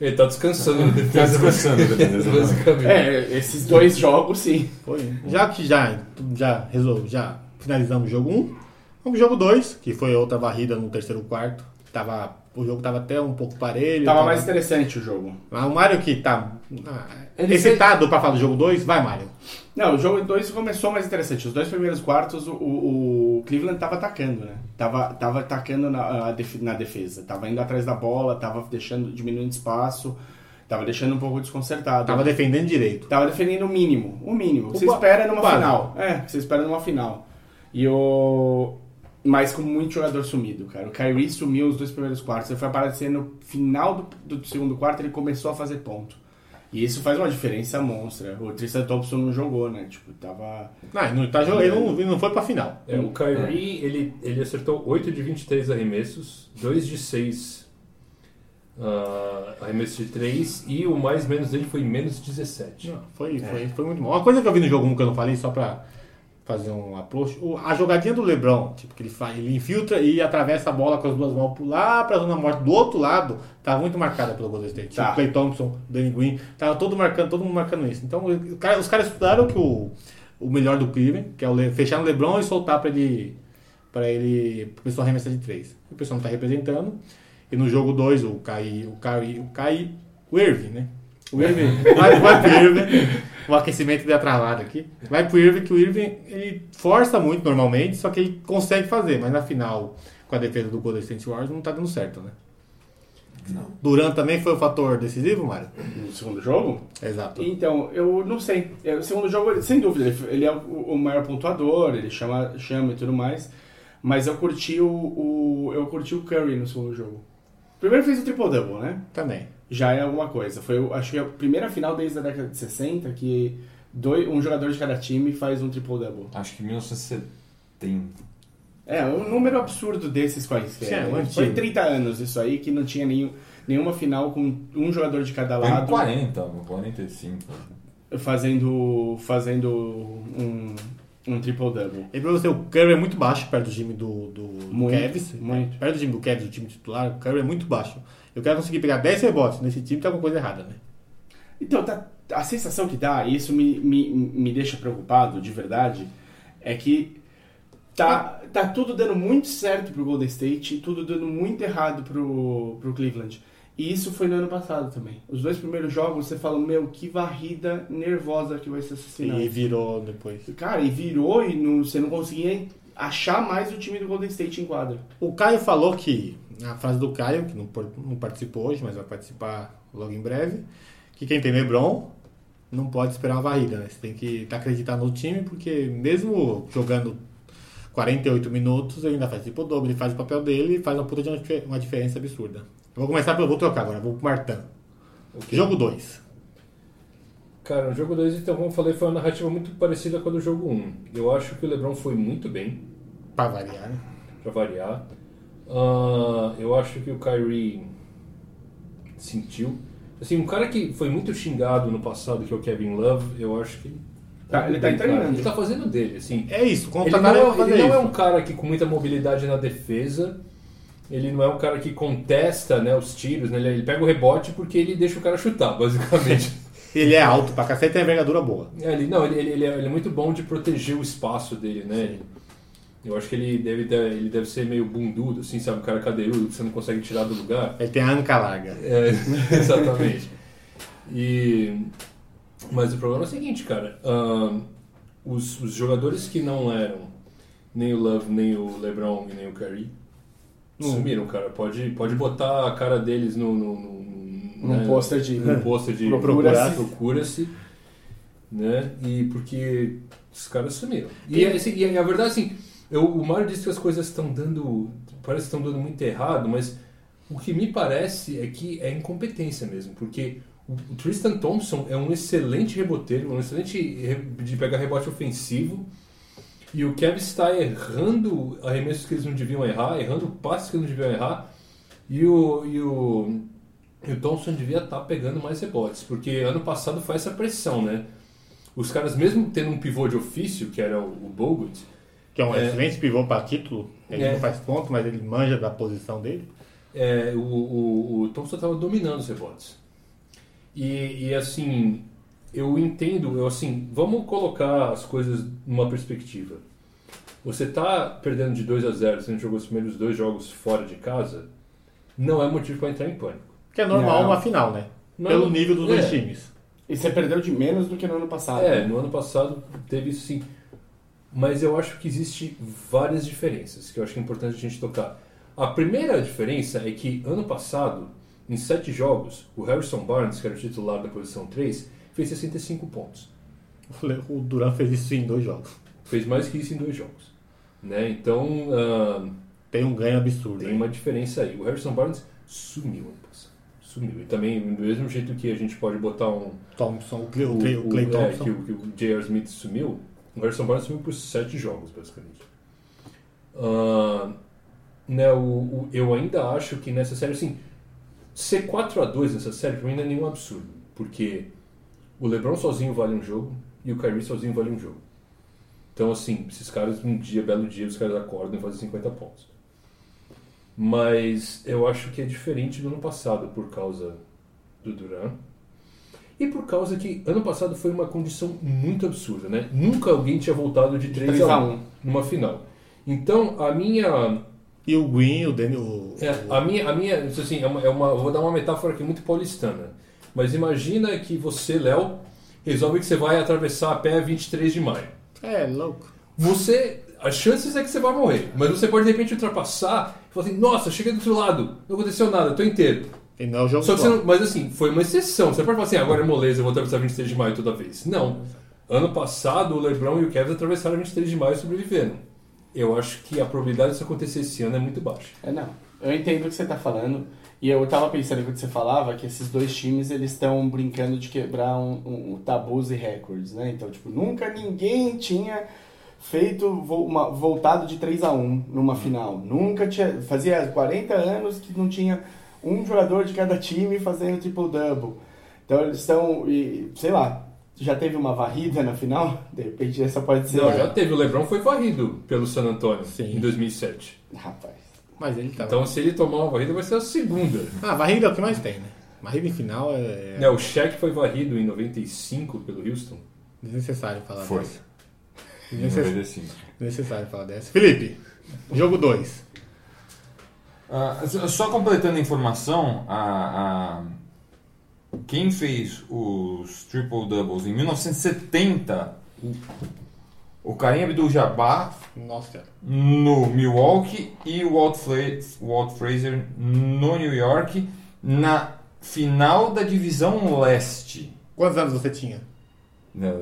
Speaker 4: ele tá descansando na
Speaker 1: Tá
Speaker 4: defesa.
Speaker 1: descansando, beleza.
Speaker 4: <laughs>
Speaker 1: né?
Speaker 4: Basicamente.
Speaker 2: É, esses dois jogos sim.
Speaker 3: Foi. Já que já, já resolveu, já finalizamos o jogo 1, vamos pro jogo 2, que foi outra varrida no terceiro quarto. Tava, o jogo tava até um pouco parelho.
Speaker 2: Tava mais interessante o jogo.
Speaker 3: Mas o Mário que tá ah,
Speaker 1: Ele
Speaker 3: excitado pra falar do jogo 2, vai Mário.
Speaker 2: Não, o jogo 2 começou mais interessante. Os dois primeiros quartos, o, o- o Cleveland tava atacando, né? Tava, tava atacando na, a def- na defesa. Tava indo atrás da bola, tava deixando, diminuindo espaço, tava deixando um pouco desconcertado.
Speaker 3: Tava defendendo direito.
Speaker 2: Tava defendendo o mínimo. O mínimo. O que
Speaker 3: O
Speaker 2: você
Speaker 3: ba-
Speaker 2: espera numa
Speaker 3: o básico.
Speaker 2: final. É, o que você espera numa final. E o. Mas com muito jogador sumido, cara. O Kyrie sumiu os dois primeiros quartos. Ele foi aparecer no final do, do segundo quarto, ele começou a fazer ponto. E isso faz uma diferença monstra. O Tristan Thompson não jogou, né? Tipo, tava.
Speaker 3: Não, ele não, tá jogando, ele não, ele não foi pra final.
Speaker 4: É, o Kyrie, ele, ele acertou 8 de 23 arremessos, 2 de 6 ah, arremessos de 3 e o mais menos dele foi menos 17.
Speaker 3: Não, foi, foi, foi muito bom. Uma coisa que eu vi no jogo 1 que eu não falei, só pra fazer um approach, o- a jogadinha do Lebron, tipo, que ele, fa- ele infiltra e atravessa a bola com as duas mãos pro- lá pra zona morte do outro lado, tá muito marcada pelo Golden State.
Speaker 2: Tá.
Speaker 3: O Clay Thompson, Danny Green, tava todo marcando, todo mundo marcando isso. Então, o cara- os caras estudaram que o, o melhor do Cleveland, que é o Le- fechar no Lebron e soltar pra ele para ele pro pessoal arremessar de três. O pessoal não tá representando. E no jogo 2, o Kai, o Kai, o Kai, o Irving, né? O Irving, <laughs> vai, vai pro Irving. O aquecimento deu travado aqui. Vai pro Irving, que o Irving ele força muito normalmente, só que ele consegue fazer, mas na final, com a defesa do Golden State Warriors, não tá dando certo, né? Duran também foi o fator decisivo, Mário?
Speaker 2: No segundo jogo?
Speaker 3: Exato.
Speaker 2: Então, eu não sei. É, O segundo jogo, ele- sem dúvida, ele- ele é o o maior pontuador, ele chama, chama e tudo mais. Mas eu curti o, o- eu curti o Curry no segundo jogo. Primeiro fez o triple-double, né?
Speaker 3: Também.
Speaker 2: Já é alguma coisa. Foi, eu acho que, é a primeira final desde a década de 60 que dois, um jogador de cada time faz um triple-double.
Speaker 1: Acho que 1970.
Speaker 2: É, um número absurdo desses quaisquer.
Speaker 3: Sim, é um
Speaker 2: né?
Speaker 3: antigo.
Speaker 2: Foi 30 anos isso aí que não tinha nenhum, nenhuma final com um jogador de cada
Speaker 1: Foi em
Speaker 3: É,
Speaker 2: lado.
Speaker 1: 40, 45.
Speaker 2: fazendo fazendo um, um triple double.
Speaker 3: E pra você, o Curry é muito baixo perto do time do, do, do
Speaker 2: Muito,
Speaker 3: Cavs.
Speaker 2: muito.
Speaker 3: Perto do time do Cavs, do time titular, o Curry é muito baixo. Eu quero conseguir pegar 10 rebotes nesse time, tá alguma coisa errada, né?
Speaker 2: Então, tá, a sensação que dá, e isso me, me, me deixa preocupado de verdade, é que tá, tá tudo dando muito certo pro Golden State e tudo dando muito errado pro, pro Cleveland. E isso foi no ano passado também. Os dois primeiros jogos, você fala, meu, que varrida nervosa que vai ser essa final.
Speaker 3: E virou depois.
Speaker 2: Cara, e virou e não, você não conseguia achar mais o time do Golden State em quadra.
Speaker 3: O Caio falou que, a frase do Caio, que não, por- não participou hoje, mas vai participar logo em breve, que quem tem Lebron não pode esperar uma varrida, né? Você tem que acreditar no time, porque mesmo jogando 48 minutos, ele ainda faz tipo o dobro, ele faz o papel dele e faz uma puta de uma, dife- uma diferença absurda. Eu vou começar pelo. Vou trocar agora, vou pro Martã. Jogo 2.
Speaker 4: Cara, o jogo 2, então, como eu falei, foi uma narrativa muito parecida com a do jogo 1. Um. Eu acho que o LeBron foi muito bem,
Speaker 3: Pra variar, né?
Speaker 4: pra variar. Ah, eu acho que o Kyrie sentiu. Assim, um cara que foi muito xingado no passado, que é o Kevin Love, eu acho que
Speaker 2: Tá, ele tá
Speaker 4: Ele, cara, ele
Speaker 2: treinando.
Speaker 4: tá fazendo dele, assim.
Speaker 3: É isso,
Speaker 4: Ele não,
Speaker 3: contrataram ele
Speaker 4: é,
Speaker 3: fazer
Speaker 4: ele não é
Speaker 3: isso.
Speaker 4: um cara que com muita mobilidade na defesa. Ele não é um cara que contesta né, os tiros, né? Ele, ele pega o rebote porque ele deixa o cara chutar, <laughs> basicamente.
Speaker 3: Ele é alto pra cacete e tem envergadura boa.
Speaker 4: É, ele, não, ele, ele- ele é, ele é muito bom de proteger o espaço dele, né? Ele- Eu acho que ele deve, deve- ele deve ser meio bundudo, assim, sabe? Um cara cadeirudo que você não consegue tirar do lugar.
Speaker 3: Ele tem a anca larga.
Speaker 4: É, <laughs> exatamente. E, mas o problema é o seguinte, cara. ahn, os, os jogadores que não eram nem o Love, nem o LeBron e nem o Curry sumiram, cara. Pode, pode botar a cara deles no, no, no- no-
Speaker 2: Num
Speaker 4: né?
Speaker 2: pôster de- <laughs>
Speaker 4: Num pôster de
Speaker 2: Procura-se.
Speaker 4: procura-se, né? E porque os caras sumiram. E, assim, e a verdade, assim, eu, o Mário disse que as coisas estão dando. Parece que estão dando muito errado, mas o que me parece é que é incompetência mesmo, porque o o Tristan Thompson é um excelente reboteiro, um excelente re- de pegar rebote ofensivo. E o Kevin está errando arremessos que eles não deviam errar, errando passes que eles não deviam errar. E o, e o, e Então, o Thompson devia estar pegando mais rebotes, porque ano passado foi essa pressão, né? Os caras, mesmo tendo um pivô de ofício, que era o, o Bogut,
Speaker 3: Que é um
Speaker 4: É.
Speaker 3: excelente pivô pra título. Ele
Speaker 4: É.
Speaker 3: não faz ponto, mas ele manja da posição dele.
Speaker 4: é, o, o, o Thompson estava dominando os rebotes. E, e assim, eu entendo, eu assim, vamos colocar as coisas numa perspectiva. Você tá perdendo de 2 a 0, você não jogou os primeiros dois jogos fora de casa, não é motivo para entrar em pânico.
Speaker 3: Que é normal
Speaker 2: Não.
Speaker 3: uma final, né?
Speaker 4: Não,
Speaker 3: Pelo nível dos dois
Speaker 4: é.
Speaker 3: times.
Speaker 2: E você perdeu de menos do que no ano passado.
Speaker 4: É, no ano passado teve isso sim. Mas eu acho que existe várias diferenças que eu acho que é importante a gente tocar. A primeira diferença é que ano passado, em sete jogos, o Harrison Barnes, que era o titular da posição 3, fez 65 pontos.
Speaker 3: O Le- O Duran fez isso em dois jogos.
Speaker 4: Fez mais que isso em dois jogos. Né? Então ah,
Speaker 3: Tem um ganho absurdo.
Speaker 4: tem
Speaker 3: hein?
Speaker 4: uma diferença aí. O Harrison Barnes sumiu ano passado. Sumiu. E também, do mesmo jeito que a gente pode botar um,
Speaker 3: Thompson, o Clay, o Clay- o Clay
Speaker 4: é,
Speaker 3: Thompson.
Speaker 4: que, o- que o J.R. Smith sumiu, o Harrison Barnes sumiu por sete jogos, basicamente. Ah, né, o, o- eu ainda acho que nessa série, assim, ser 4 a 2 nessa série pra mim não é nenhum absurdo, porque o LeBron sozinho vale um jogo e o Kyrie sozinho vale um jogo. Então, assim, esses caras, um dia, belo dia, os caras acordam e fazem 50 pontos. Mas eu acho que é diferente do ano passado por causa do Duran. E por causa que ano passado foi uma condição muito absurda, né? Nunca alguém tinha voltado de 3,
Speaker 2: 3
Speaker 4: a
Speaker 2: a
Speaker 4: 1 numa final. Então, a minha
Speaker 3: E o Green, o Daniel. o-
Speaker 4: é, a minha, a minha isso assim, é uma, é uma- vou dar uma metáfora aqui muito paulistana. Mas imagina que você, Léo, resolve que você vai atravessar a pé 23 de maio.
Speaker 3: É, louco.
Speaker 4: Você, as chances é que você vai morrer, mas você pode de repente ultrapassar e falar assim: nossa, cheguei do outro lado, não aconteceu nada, tô inteiro.
Speaker 3: E não é o jogo
Speaker 4: Só que você
Speaker 3: só.
Speaker 4: não, mas assim, foi uma exceção. Você pode falar assim, agora é moleza, eu vou atravessar 23 de maio toda vez. Não. Ano passado, o LeBron e o Kevin atravessaram 23 de maio e sobreviveram. Eu acho que a probabilidade disso acontecer esse ano é muito baixa.
Speaker 2: É, não. Eu entendo o que você tá falando. E eu tava pensando quando você falava que esses dois times eles estão brincando de quebrar um, um- um tabus e recordes, né? Então, tipo, nunca ninguém tinha feito vo- uma, voltado de 3 a 1 numa final. Nunca tinha. Fazia 40 anos que não tinha um jogador de cada time fazendo triple double. Então eles estão. e, Sei lá, já teve uma varrida na final? De repente essa pode ser.
Speaker 4: Não, já teve. O LeBron foi varrido pelo San Antonio
Speaker 3: Sim.
Speaker 4: em 2007.
Speaker 2: Rapaz.
Speaker 3: Mas ele tá.
Speaker 4: Então, se ele tomar uma varrida, vai ser a segunda.
Speaker 3: Ah, varrida é o que mais tem, né? Varrida em final é,
Speaker 4: Né, o Shaq foi varrido em 95 pelo Houston.
Speaker 3: desnecessário
Speaker 2: Ah,
Speaker 3: falar
Speaker 1: Foi.
Speaker 3: dessa. Desnecess-
Speaker 1: 95.
Speaker 3: Desnecessário falar dessa. Felipe, jogo 2.
Speaker 1: Ah, só- só completando a informação, a, a- quem fez os triple doubles em 1970, o Kareem Abdul-Jabbar
Speaker 3: Nossa senhora.
Speaker 1: no Milwaukee e o Walt, Fla- Walt Fraser no New York na final da divisão leste.
Speaker 3: Quantos anos você tinha?
Speaker 1: Né,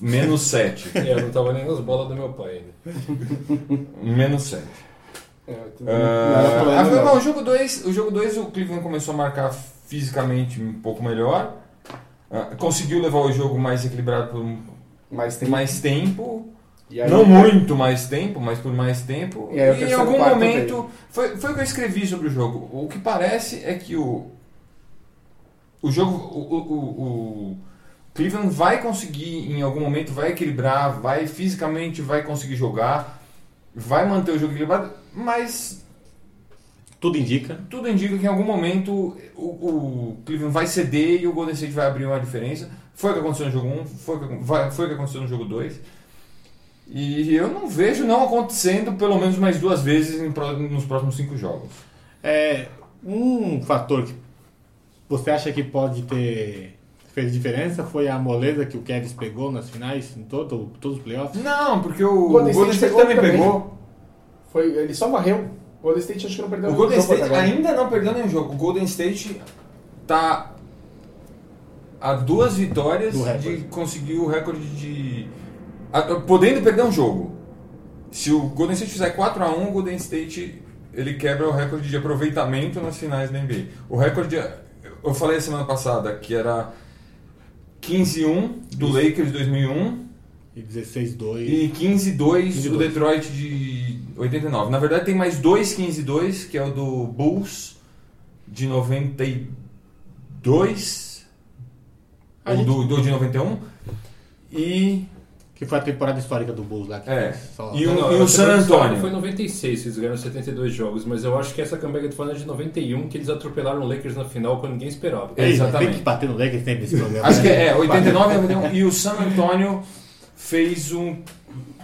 Speaker 1: Menos 7.
Speaker 4: É, eu não tava nem nas bolas do meu pai ainda.
Speaker 1: Menos 7.
Speaker 2: É, eu tô-
Speaker 1: Ah,
Speaker 2: plano,
Speaker 1: ah, foi
Speaker 2: não.
Speaker 1: bom, o jogo 2, o jogo 2 o Cleveland começou a marcar fisicamente um pouco melhor. Ah, conseguiu levar o jogo mais equilibrado por um-
Speaker 2: Mas tem
Speaker 1: mais tempo.
Speaker 2: E aí-
Speaker 1: não muito mais tempo, mas por mais tempo.
Speaker 2: E aí o
Speaker 1: em
Speaker 2: terceiro
Speaker 1: algum
Speaker 2: quarto
Speaker 1: momento. Foi, foi o que eu escrevi sobre o jogo. O que parece é que o. O jogo. O, o, o- o Cleveland vai conseguir, em algum momento, vai equilibrar, vai fisicamente, vai conseguir jogar, vai manter o jogo equilibrado, mas
Speaker 3: Tudo indica.
Speaker 1: tudo indica que em algum momento o, o Cleveland vai ceder e o Golden State vai abrir uma diferença. Foi o que aconteceu no jogo 1, foi, o que- vai- foi o que aconteceu no jogo 2. E eu não vejo não acontecendo pelo menos mais duas vezes em pró- nos próximos cinco jogos.
Speaker 3: É, um fator que você acha que pode ter fez diferença foi a moleza que o Kevs pegou nas finais, em todo, todos os playoffs.
Speaker 1: Não, porque o
Speaker 6: Golden
Speaker 1: Golden,
Speaker 6: State
Speaker 1: State,
Speaker 6: pegou
Speaker 1: também
Speaker 6: também.
Speaker 1: pegou.
Speaker 6: Foi, ele só varreu. O Golden State acho que não perdeu
Speaker 1: O
Speaker 6: nenhum
Speaker 1: Golden
Speaker 6: jogo até
Speaker 1: State
Speaker 6: agora.
Speaker 1: ainda não perdeu nenhum jogo. O Golden State tá a duas vitórias
Speaker 3: Do recorde.
Speaker 1: de conseguir o recorde de. a- a- podendo perder um jogo. Se o Golden State fizer 4x1, o Golden State ele quebra o recorde de aproveitamento nas finais da NBA. O recorde. Eu falei a semana passada que era 15-1 do Lakers de 2001
Speaker 3: E 16-2.
Speaker 1: e 15-2 do
Speaker 3: 15-2.
Speaker 1: Detroit de 89. Na verdade, tem mais dois 15-2, que é o do Bulls de 92,
Speaker 3: A
Speaker 1: ou
Speaker 3: gente-
Speaker 1: do, do de 91, e,
Speaker 3: Que foi a temporada histórica do Bulls lá. Que
Speaker 1: é,
Speaker 3: só-
Speaker 1: e, o,
Speaker 4: Não,
Speaker 1: e
Speaker 4: não,
Speaker 1: o San
Speaker 4: Foi em
Speaker 1: Antônio.
Speaker 4: 96, eles ganharam 72 jogos, mas eu acho que essa campanha que tu falando é de 91, que eles atropelaram o Lakers na final quando ninguém esperava.
Speaker 1: É.
Speaker 3: Ei,
Speaker 1: exatamente.
Speaker 3: Tem que bater no Lakers sempre esse problema. né?
Speaker 1: Acho que é, é 89, 91, e o San Antônio fez um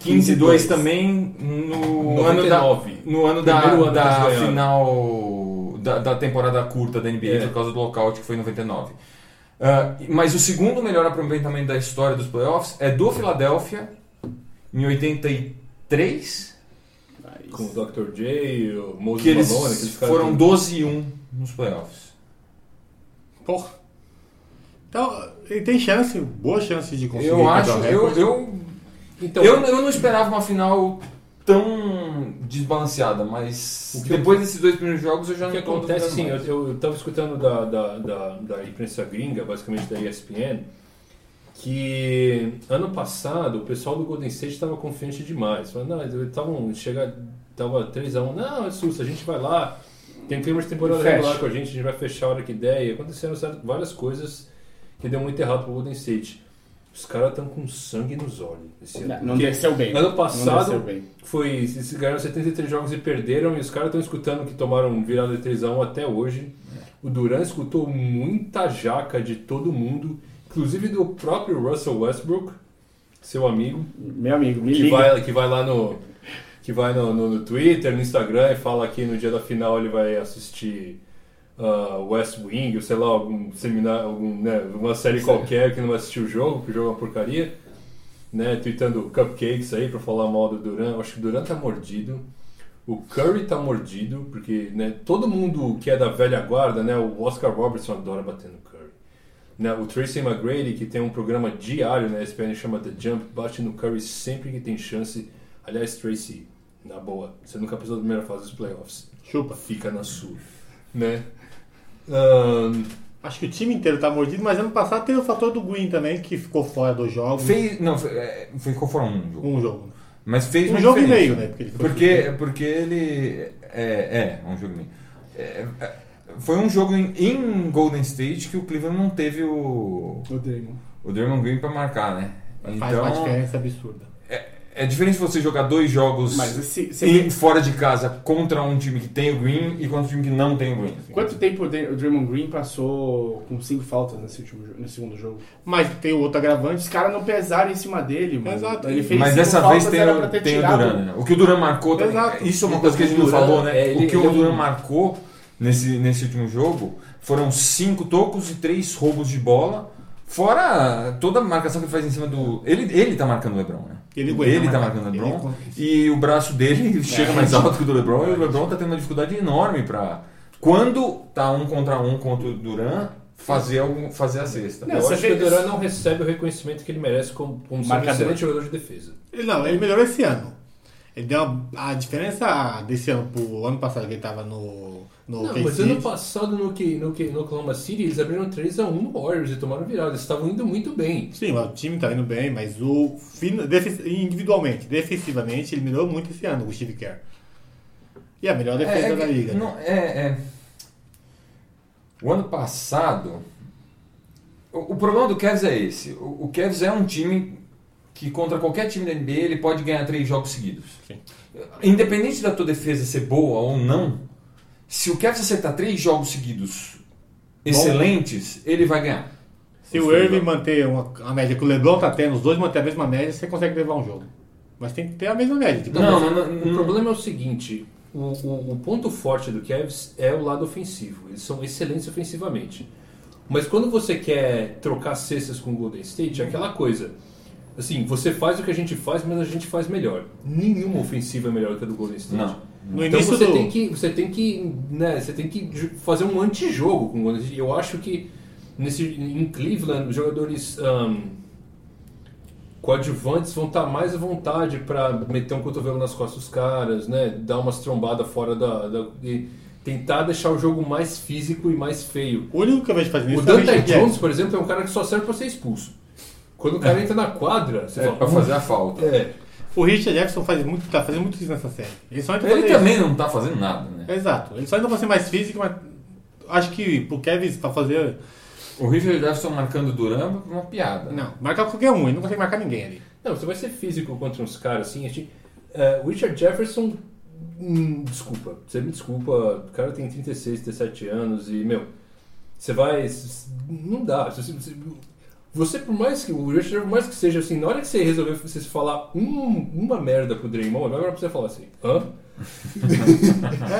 Speaker 1: 15-2 também no ano da,
Speaker 4: 99.
Speaker 1: no ano da,
Speaker 4: Primeiro ano que
Speaker 1: da
Speaker 4: eles ganharam.
Speaker 1: final da, da temporada curta da NBA
Speaker 4: É.
Speaker 1: por causa do lockout que foi em 99. Ah, mas o segundo melhor aproveitamento da história dos playoffs é do Philadelphia em 83,
Speaker 4: Com o Dr. J, o Moses
Speaker 1: que eles
Speaker 4: Malone, aqueles caras
Speaker 1: foram
Speaker 4: né, que-
Speaker 1: 12 e 1 nos playoffs. é.
Speaker 3: Porra. Então, ele tem chance, boa chance de conseguir.
Speaker 1: Eu
Speaker 3: quebrar
Speaker 1: acho,
Speaker 3: o
Speaker 1: eu,
Speaker 3: recorde.
Speaker 1: eu,
Speaker 4: Então,
Speaker 1: eu, eu não esperava uma final tão desbalanceada, mas
Speaker 4: O que eu-
Speaker 1: depois desses dois primeiros jogos eu já
Speaker 4: O
Speaker 1: não
Speaker 4: que
Speaker 1: tô
Speaker 4: acontece, assim, sim,
Speaker 1: duvidando
Speaker 4: eu,
Speaker 1: mais.
Speaker 4: eu tava escutando da, da, da, da imprensa gringa, basicamente da ESPN, que ano passado o pessoal do Golden State estava confiante demais. Falando, não, eles estavam chega tava 3x1, não, é susto, a gente vai lá, tem clima de temporada
Speaker 2: Fecha.
Speaker 4: regular com a gente, a gente vai fechar a hora que der. E aconteceram certo- várias coisas que deu muito errado pro Golden State. Os caras estão com sangue nos olhos. esse ano.
Speaker 2: Não, não
Speaker 4: Porque-
Speaker 2: desceu bem.
Speaker 4: Ano
Speaker 2: Não
Speaker 4: passado-
Speaker 2: desceu bem.
Speaker 4: foi, eles ganharam 73 jogos e perderam, e os caras estão escutando que tomaram um virada de 3x1 até hoje. O Duran escutou muita jaca de todo mundo, inclusive do próprio Russell Westbrook, seu amigo,
Speaker 2: Meu amigo, me
Speaker 4: que
Speaker 2: liga.
Speaker 4: vai, que vai lá no, que vai no, no- no Twitter, no Instagram e fala que no dia da final ele vai assistir ah, West Wing, ou sei lá, algum seminário, algum, né, uma série qualquer que não vai assistir o jogo, que o jogo é uma porcaria. Né, tweetando cupcakes aí pra falar mal do Duran. Acho que o Duran tá mordido. O Curry tá mordido, porque né, todo mundo que é da velha guarda, né, o Oscar Robertson adora bater no Curry. Né, o Tracy McGrady, que tem um programa diário na ESPN chama The Jump, bate no Curry sempre que tem chance. Aliás, Tracy, na boa, você nunca passou da primeira fase dos playoffs.
Speaker 3: Chupa.
Speaker 4: Fica na sua. Né? Ahn,
Speaker 3: Acho que o time inteiro tá mordido, mas ano passado teve o fator do Green também, que ficou fora dos jogos.
Speaker 1: Fez, não, fe- é, ficou fora um jogo.
Speaker 3: Um jogo.
Speaker 1: Mas fez
Speaker 3: Um
Speaker 1: uma
Speaker 3: jogo e
Speaker 1: diferença.
Speaker 3: meio, né? Porque ele foi-
Speaker 1: Porque, porque ele. É, é, um jogo e meio. É, é, foi um jogo em, em Golden State que o Cleveland não teve o,
Speaker 2: O Draymond.
Speaker 1: o Draymond Green pra marcar, né?
Speaker 3: Faz uma
Speaker 1: Então,
Speaker 3: diferença absurda.
Speaker 1: é diferente você jogar dois jogos
Speaker 2: Mas esse, se-
Speaker 1: em- fora de casa contra um time que tem o Green e contra um time que não tem o Green.
Speaker 2: Quanto tempo o Dray- o Draymond Green passou com cinco faltas nesse, último, jo- no segundo jogo?
Speaker 3: Mas tem o outro agravante.
Speaker 2: Os caras não pesaram em cima dele, mano.
Speaker 3: Exato.
Speaker 2: Ele fez
Speaker 1: Mas
Speaker 2: cinco
Speaker 1: dessa
Speaker 2: faltas,
Speaker 1: vez tem,
Speaker 2: era
Speaker 1: o-
Speaker 2: pra ter
Speaker 1: tem o
Speaker 2: tirado.
Speaker 1: Duran, né? O que o Duran marcou também.
Speaker 3: Exato.
Speaker 1: Isso é uma
Speaker 4: Então,
Speaker 1: coisa que a gente não
Speaker 4: o Duran,
Speaker 1: falou, né?
Speaker 4: é, ele-
Speaker 1: o que o
Speaker 4: ele é um-
Speaker 1: Duran marcou nesse, nesse último jogo foram cinco tocos e três roubos de bola. Fora toda a marcação que ele faz em cima do. Ele, ele tá marcando o Lebron, né?
Speaker 3: Ele aguenta
Speaker 1: tá
Speaker 3: marcar.
Speaker 1: marcando o
Speaker 3: Ele
Speaker 1: Lebron.
Speaker 3: aguenta.
Speaker 1: E o braço dele <laughs> chega mais alto que o do Lebron. E o Lebron tá tendo uma dificuldade enorme pra. Quando tá um contra um contra o Duran, fazer, algum, fazer a cesta.
Speaker 2: Não,
Speaker 4: eu
Speaker 2: você
Speaker 4: acho que o
Speaker 2: vê-
Speaker 4: Duran não recebe o reconhecimento que ele merece como, como sendo um
Speaker 2: Marcador.
Speaker 4: excelente jogador de defesa.
Speaker 3: Ele não, ele melhorou esse ano. Ele deu uma- a diferença desse ano pro ano passado que ele tava no. no
Speaker 4: Não,
Speaker 3: OKC.
Speaker 4: mas ano passado no, que, no, que, no Oklahoma City eles abriram 3x1 no Warriors e tomaram virada. Eles estavam indo muito bem.
Speaker 3: Sim, o time tá indo bem, mas o fin- defi- individualmente, defensivamente, ele melhorou muito esse ano, o Steve Kerr. E a melhor defesa
Speaker 1: É,
Speaker 3: da
Speaker 1: que-
Speaker 3: liga.
Speaker 1: não, é, é. O ano passado O, o problema do Cavs é esse. O, o Cavs é um time que contra qualquer time da NBA ele pode ganhar três jogos seguidos. Independente da tua defesa ser boa ou não, se o Cavs acertar três jogos seguidos excelentes, ele vai ganhar.
Speaker 3: Se o Irving manter uma, a média que o LeBron tá tendo, os dois manter a mesma média, você consegue levar um jogo. Mas tem que ter a mesma média. Tipo,
Speaker 1: Não, não, não,
Speaker 4: O
Speaker 1: não,
Speaker 4: problema é o seguinte: o, o- o ponto forte do Cavs é o lado ofensivo. Eles são excelentes ofensivamente. Mas quando você quer trocar cestas com o Golden State, é aquela coisa. Assim, você faz o que a gente faz, mas a gente faz melhor. Nenhuma ofensiva é melhor que a do Golden State.
Speaker 1: Não.
Speaker 3: no
Speaker 4: Então
Speaker 3: início
Speaker 4: você
Speaker 3: do.
Speaker 4: tem que, você tem que, né, você tem que ju- fazer um antijogo com o Golden State. Eu acho que nesse em Cleveland os jogadores ahm, coadjuvantes vão estar mais à vontade para meter um cotovelo nas costas dos caras, né, dar umas trombadas fora da, da- e tentar deixar o jogo mais físico e mais feio.
Speaker 3: O único que eu vejo fazendo
Speaker 4: O
Speaker 3: isso
Speaker 4: Dante
Speaker 3: Richard
Speaker 4: Jones,
Speaker 3: Jackson.
Speaker 4: por exemplo, é um cara que só serve para ser expulso. Quando o cara entra na quadra, você
Speaker 1: é
Speaker 4: fala,
Speaker 1: pra fazer a falta.
Speaker 4: é,
Speaker 3: O Richard Jackson faz muito, tá fazendo muito isso nessa série. Ele só entra
Speaker 1: Ele
Speaker 3: fazer isso.
Speaker 1: também não tá fazendo nada, né?
Speaker 3: Exato. Ele só ainda vai ser mais físico, mas acho que pro Kevin pra fazer.
Speaker 1: O Richard Jefferson marcando o Duran é uma piada.
Speaker 3: Não, marcar qualquer um, ele não consegue marcar ninguém ali.
Speaker 4: Não, você vai ser físico contra uns caras assim. a gente- eh, o Richard Jefferson. hum, desculpa, você me desculpa. O cara tem 36, 17 anos e, meu, você vai. s- Não dá. Você, você- você, por mais que. O Richard, Jefferson, por mais que seja assim, na hora que você resolver você falar um- uma merda pro Draymond, vai olhar pra você e falar assim: hã?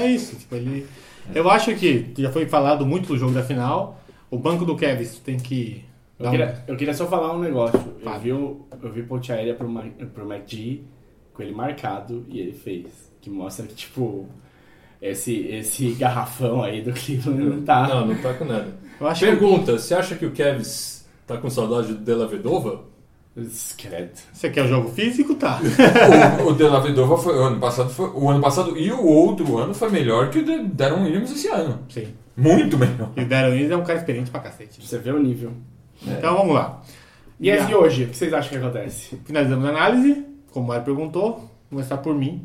Speaker 3: É isso, tipo, ele. Eu acho que já foi falado muito do jogo da final. O banco do Kevin tem que.
Speaker 2: Eu
Speaker 3: Dar
Speaker 2: queria, eu queria só falar um negócio. Eu
Speaker 3: Fala.
Speaker 2: vi, o- eu vi ponte aérea pro, Ma- pro McG com ele marcado e ele fez. Que mostra que, tipo, esse, esse garrafão aí do Cleveland não tá.
Speaker 4: Não, não tá com nada.
Speaker 3: um- eu acho que-
Speaker 4: Pergunta: você acha que o Kevs tá com saudade do Della Vedova?
Speaker 2: Esqueleto.
Speaker 3: Você quer o jogo físico?
Speaker 2: <laughs>
Speaker 3: Tá.
Speaker 1: O, o De La Vedova foi, o ano passado foi. O ano passado e o outro ano foi melhor que o de Darren Williams esse ano.
Speaker 3: Sim.
Speaker 1: Muito melhor.
Speaker 3: E o Darren Williams é um cara experiente pra cacete.
Speaker 2: Você vê o nível.
Speaker 3: Então vamos lá.
Speaker 2: E é as
Speaker 3: Já.
Speaker 2: de hoje, o que vocês acham que acontece?
Speaker 3: Finalizamos a análise, como o Mário perguntou, vou começar por mim.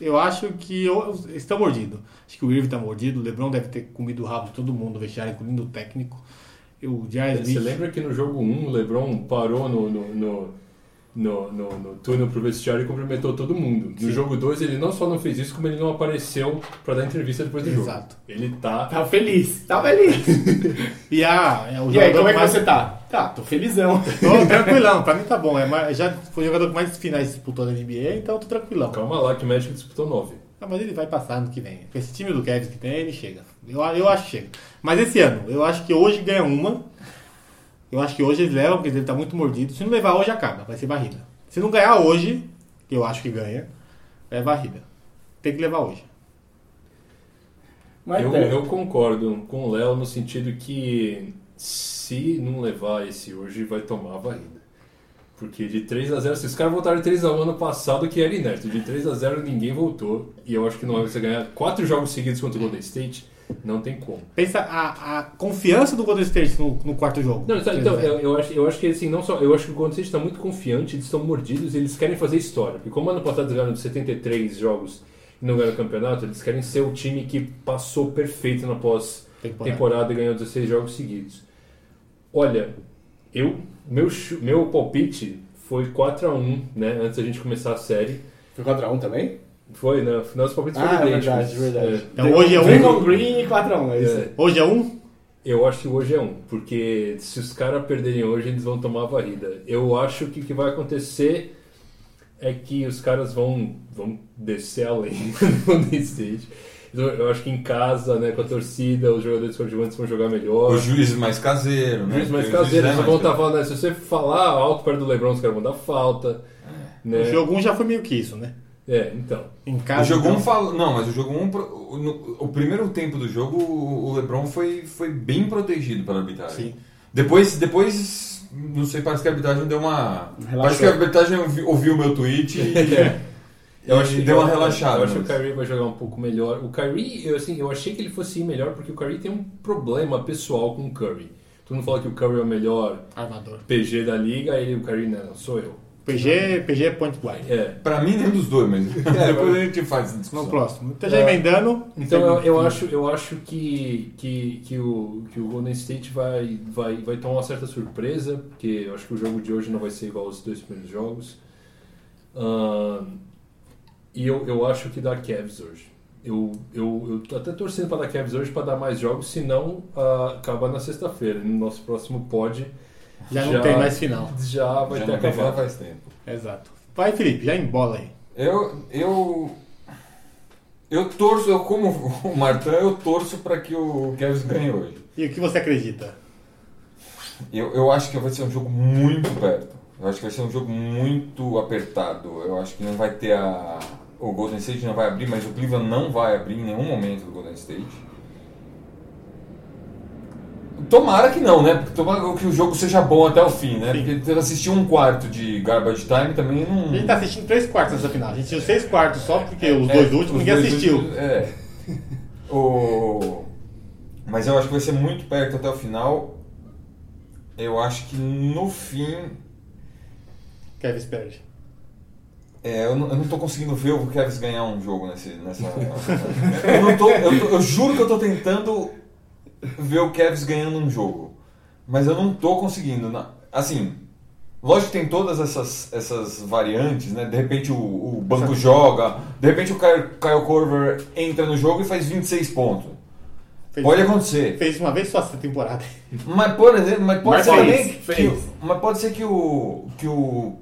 Speaker 3: Eu acho que eu, está mordido. Acho que o Irving está mordido, o Lebron deve ter comido o rabo de todo mundo, o vestiário, incluindo o técnico. E O Jair
Speaker 4: Você
Speaker 3: Smith.
Speaker 4: lembra que no jogo 1 o LeBron parou no, no, no, no, no, no túnel pro vestiário e cumprimentou todo mundo. No jogo 2 ele não só não fez isso, como ele não apareceu pra dar entrevista depois do jogo.
Speaker 3: Exato.
Speaker 4: Ele tá...
Speaker 2: Tá feliz, tá feliz.
Speaker 3: E, a, é o
Speaker 2: E aí,
Speaker 3: jogador
Speaker 2: como é que
Speaker 3: mais-
Speaker 2: você tá? Tá, tô felizão.
Speaker 3: Tô tranquilão, pra mim tá bom. É, mais- já foi o jogador que mais finais disputou na NBA, então eu tô tranquilão.
Speaker 4: Calma lá que o Magic disputou 9.
Speaker 3: Ah, mas ele vai passar ano que vem. Com esse time do Kevin que tem, ele chega. Eu, eu acho que chega. Mas esse ano, eu acho que hoje ganha uma. Eu acho que hoje eles levam, porque ele tá muito mordido. Se não levar hoje, acaba. Vai ser barrida. Se não ganhar hoje, que eu acho que ganha, é barrida. Tem que levar hoje.
Speaker 2: Mas
Speaker 4: Eu,
Speaker 2: é.
Speaker 4: eu concordo com o Léo no sentido que se não levar esse hoje, vai tomar a varrida. Porque de 3 a 0 se os caras voltaram de 3x1 ano passado, que era inédito. De 3 a 0 ninguém voltou. E eu acho que não vai você ganhar quatro jogos seguidos contra o Golden State. Não tem como.
Speaker 3: Pensa a, a confiança do Golden State no, no quarto jogo.
Speaker 4: Não, sabe,
Speaker 3: é.
Speaker 4: então, eu, eu acho, eu acho que assim, não só. Eu acho que o Golden State está muito confiante, eles estão mordidos e eles querem fazer história. Porque como ano passado eles ganharam 73 jogos e não ganharam o campeonato, eles querem ser o time que passou perfeito na
Speaker 3: Temporada.
Speaker 4: pós-temporada e ganhou 16 jogos seguidos. Olha, eu. Meu, chu- meu palpite foi 4x1, né? Antes da gente começar a série.
Speaker 6: Foi 4x1 também?
Speaker 4: Foi, né? Nosso palpite foi
Speaker 6: Ah, é
Speaker 4: idêntico.
Speaker 6: verdade, verdade.
Speaker 3: Então hoje é um.
Speaker 2: Draymond Green e 4x1, é isso.
Speaker 4: É.
Speaker 3: Hoje é um?
Speaker 4: Eu acho que hoje é um, porque se os caras perderem hoje, eles vão tomar a varrida. Eu acho que o que vai acontecer é que os caras vão, vão descer além <laughs> do Golden State. Eu eu acho que em casa, né, com a torcida, os jogadores coadjuvantes vão jogar melhor.
Speaker 1: O
Speaker 4: Os
Speaker 1: juiz mais caseiro, né?
Speaker 4: juízes mais
Speaker 1: Porque o juiz
Speaker 4: caseiros
Speaker 1: é
Speaker 4: eles vão estar falando, né, se você falar alto perto do Lebron, os caras vão dar falta. Né?
Speaker 3: O jogo um já foi meio que isso, né?
Speaker 4: É, então.
Speaker 3: Em casa.
Speaker 1: O jogo 1
Speaker 3: então,
Speaker 1: um falou. Não, mas o jogo 1. Um, o primeiro tempo do jogo, o o LeBron foi, foi bem protegido pela arbitragem.
Speaker 3: Sim.
Speaker 1: Depois, depois, não sei, parece que a arbitragem deu uma.
Speaker 4: Um
Speaker 2: Relaxou.
Speaker 1: Parece que a arbitragem ouvi- ouviu o meu tweet
Speaker 4: <laughs>
Speaker 1: e
Speaker 4: Eu acho
Speaker 1: E
Speaker 4: que
Speaker 1: deu uma
Speaker 4: É. eu-
Speaker 1: relaxada,
Speaker 4: Eu acho que o
Speaker 1: mas-
Speaker 4: Kyrie vai jogar um pouco melhor. O Kyrie, eu, assim, eu achei que ele fosse ir melhor porque o Kyrie tem um problema pessoal
Speaker 1: um?
Speaker 4: com o Curry. Todo mundo fala que o Curry é o melhor
Speaker 3: Armador.
Speaker 4: PG da liga, ele o Kyrie não, sou eu.
Speaker 3: PG, PG é point guard.
Speaker 4: É.
Speaker 1: Pra mim, nenhum dos dois, mas <laughs> depois a gente faz essa
Speaker 3: Vamos
Speaker 1: discussão.
Speaker 3: pro próximo. Então
Speaker 4: É.
Speaker 3: já emendando.
Speaker 4: Então eu, eu acho, eu acho que, que, que, o, que o Golden State vai, vai, vai tomar uma certa surpresa, porque eu acho que o jogo de hoje não vai ser igual aos dois primeiros jogos. Ah, e eu, eu acho que dá Cavs hoje. Eu, eu, eu tô até torcendo para dar Cavs hoje para dar mais jogos, senão ah, acaba na sexta-feira. No nosso próximo pod
Speaker 3: Já não
Speaker 4: Já.
Speaker 3: tem mais final.
Speaker 4: já vai
Speaker 1: Já
Speaker 4: ter
Speaker 1: não vai falar
Speaker 4: acabado.
Speaker 1: faz tempo.
Speaker 3: Exato. Vai, Felipe, já embola aí.
Speaker 1: Eu, eu, eu torço, eu como o Martin, eu torço pra que o Cavs ganhe hoje.
Speaker 3: E o que você acredita?
Speaker 1: Eu, eu acho que vai ser um jogo muito perto. Eu acho que vai ser um jogo muito apertado. Eu acho que não vai ter a. O Golden State não vai abrir, mas o Cleveland não vai abrir em nenhum momento do Golden State. Tomara que não, né? Porque Tomara que o jogo seja bom até o fim, né?
Speaker 3: Sim.
Speaker 1: Porque assistir um quarto de Garbage Time também não.
Speaker 3: A gente tá assistindo três quartos nessa final. A gente assistiu seis quartos só porque os dois
Speaker 1: É,
Speaker 3: últimos
Speaker 1: os
Speaker 3: ninguém
Speaker 1: dois
Speaker 3: assistiu.
Speaker 1: últimos, é. O... Mas eu acho que vai ser muito perto até o final. Eu acho que no fim.
Speaker 3: Kevin perde.
Speaker 1: é, eu, não, eu não tô conseguindo ver o Kevs ganhar um jogo nesse, nessa. eu, não tô, eu, tô- eu juro que eu tô tentando ver o Kevs ganhando um jogo. Mas eu não tô conseguindo. na- Assim, lógico que tem todas essas, essas variantes, né? De repente o, o banco joga, de repente o Kyle, Kyle Corver entra no jogo e faz 26 pontos.
Speaker 3: Fez,
Speaker 1: Pode acontecer.
Speaker 3: fez uma vez só essa temporada.
Speaker 1: Mas, por exemplo, mas pode
Speaker 2: Mas
Speaker 1: ser
Speaker 2: fez,
Speaker 1: também que,
Speaker 2: fez.
Speaker 1: o- mas pode ser que o que o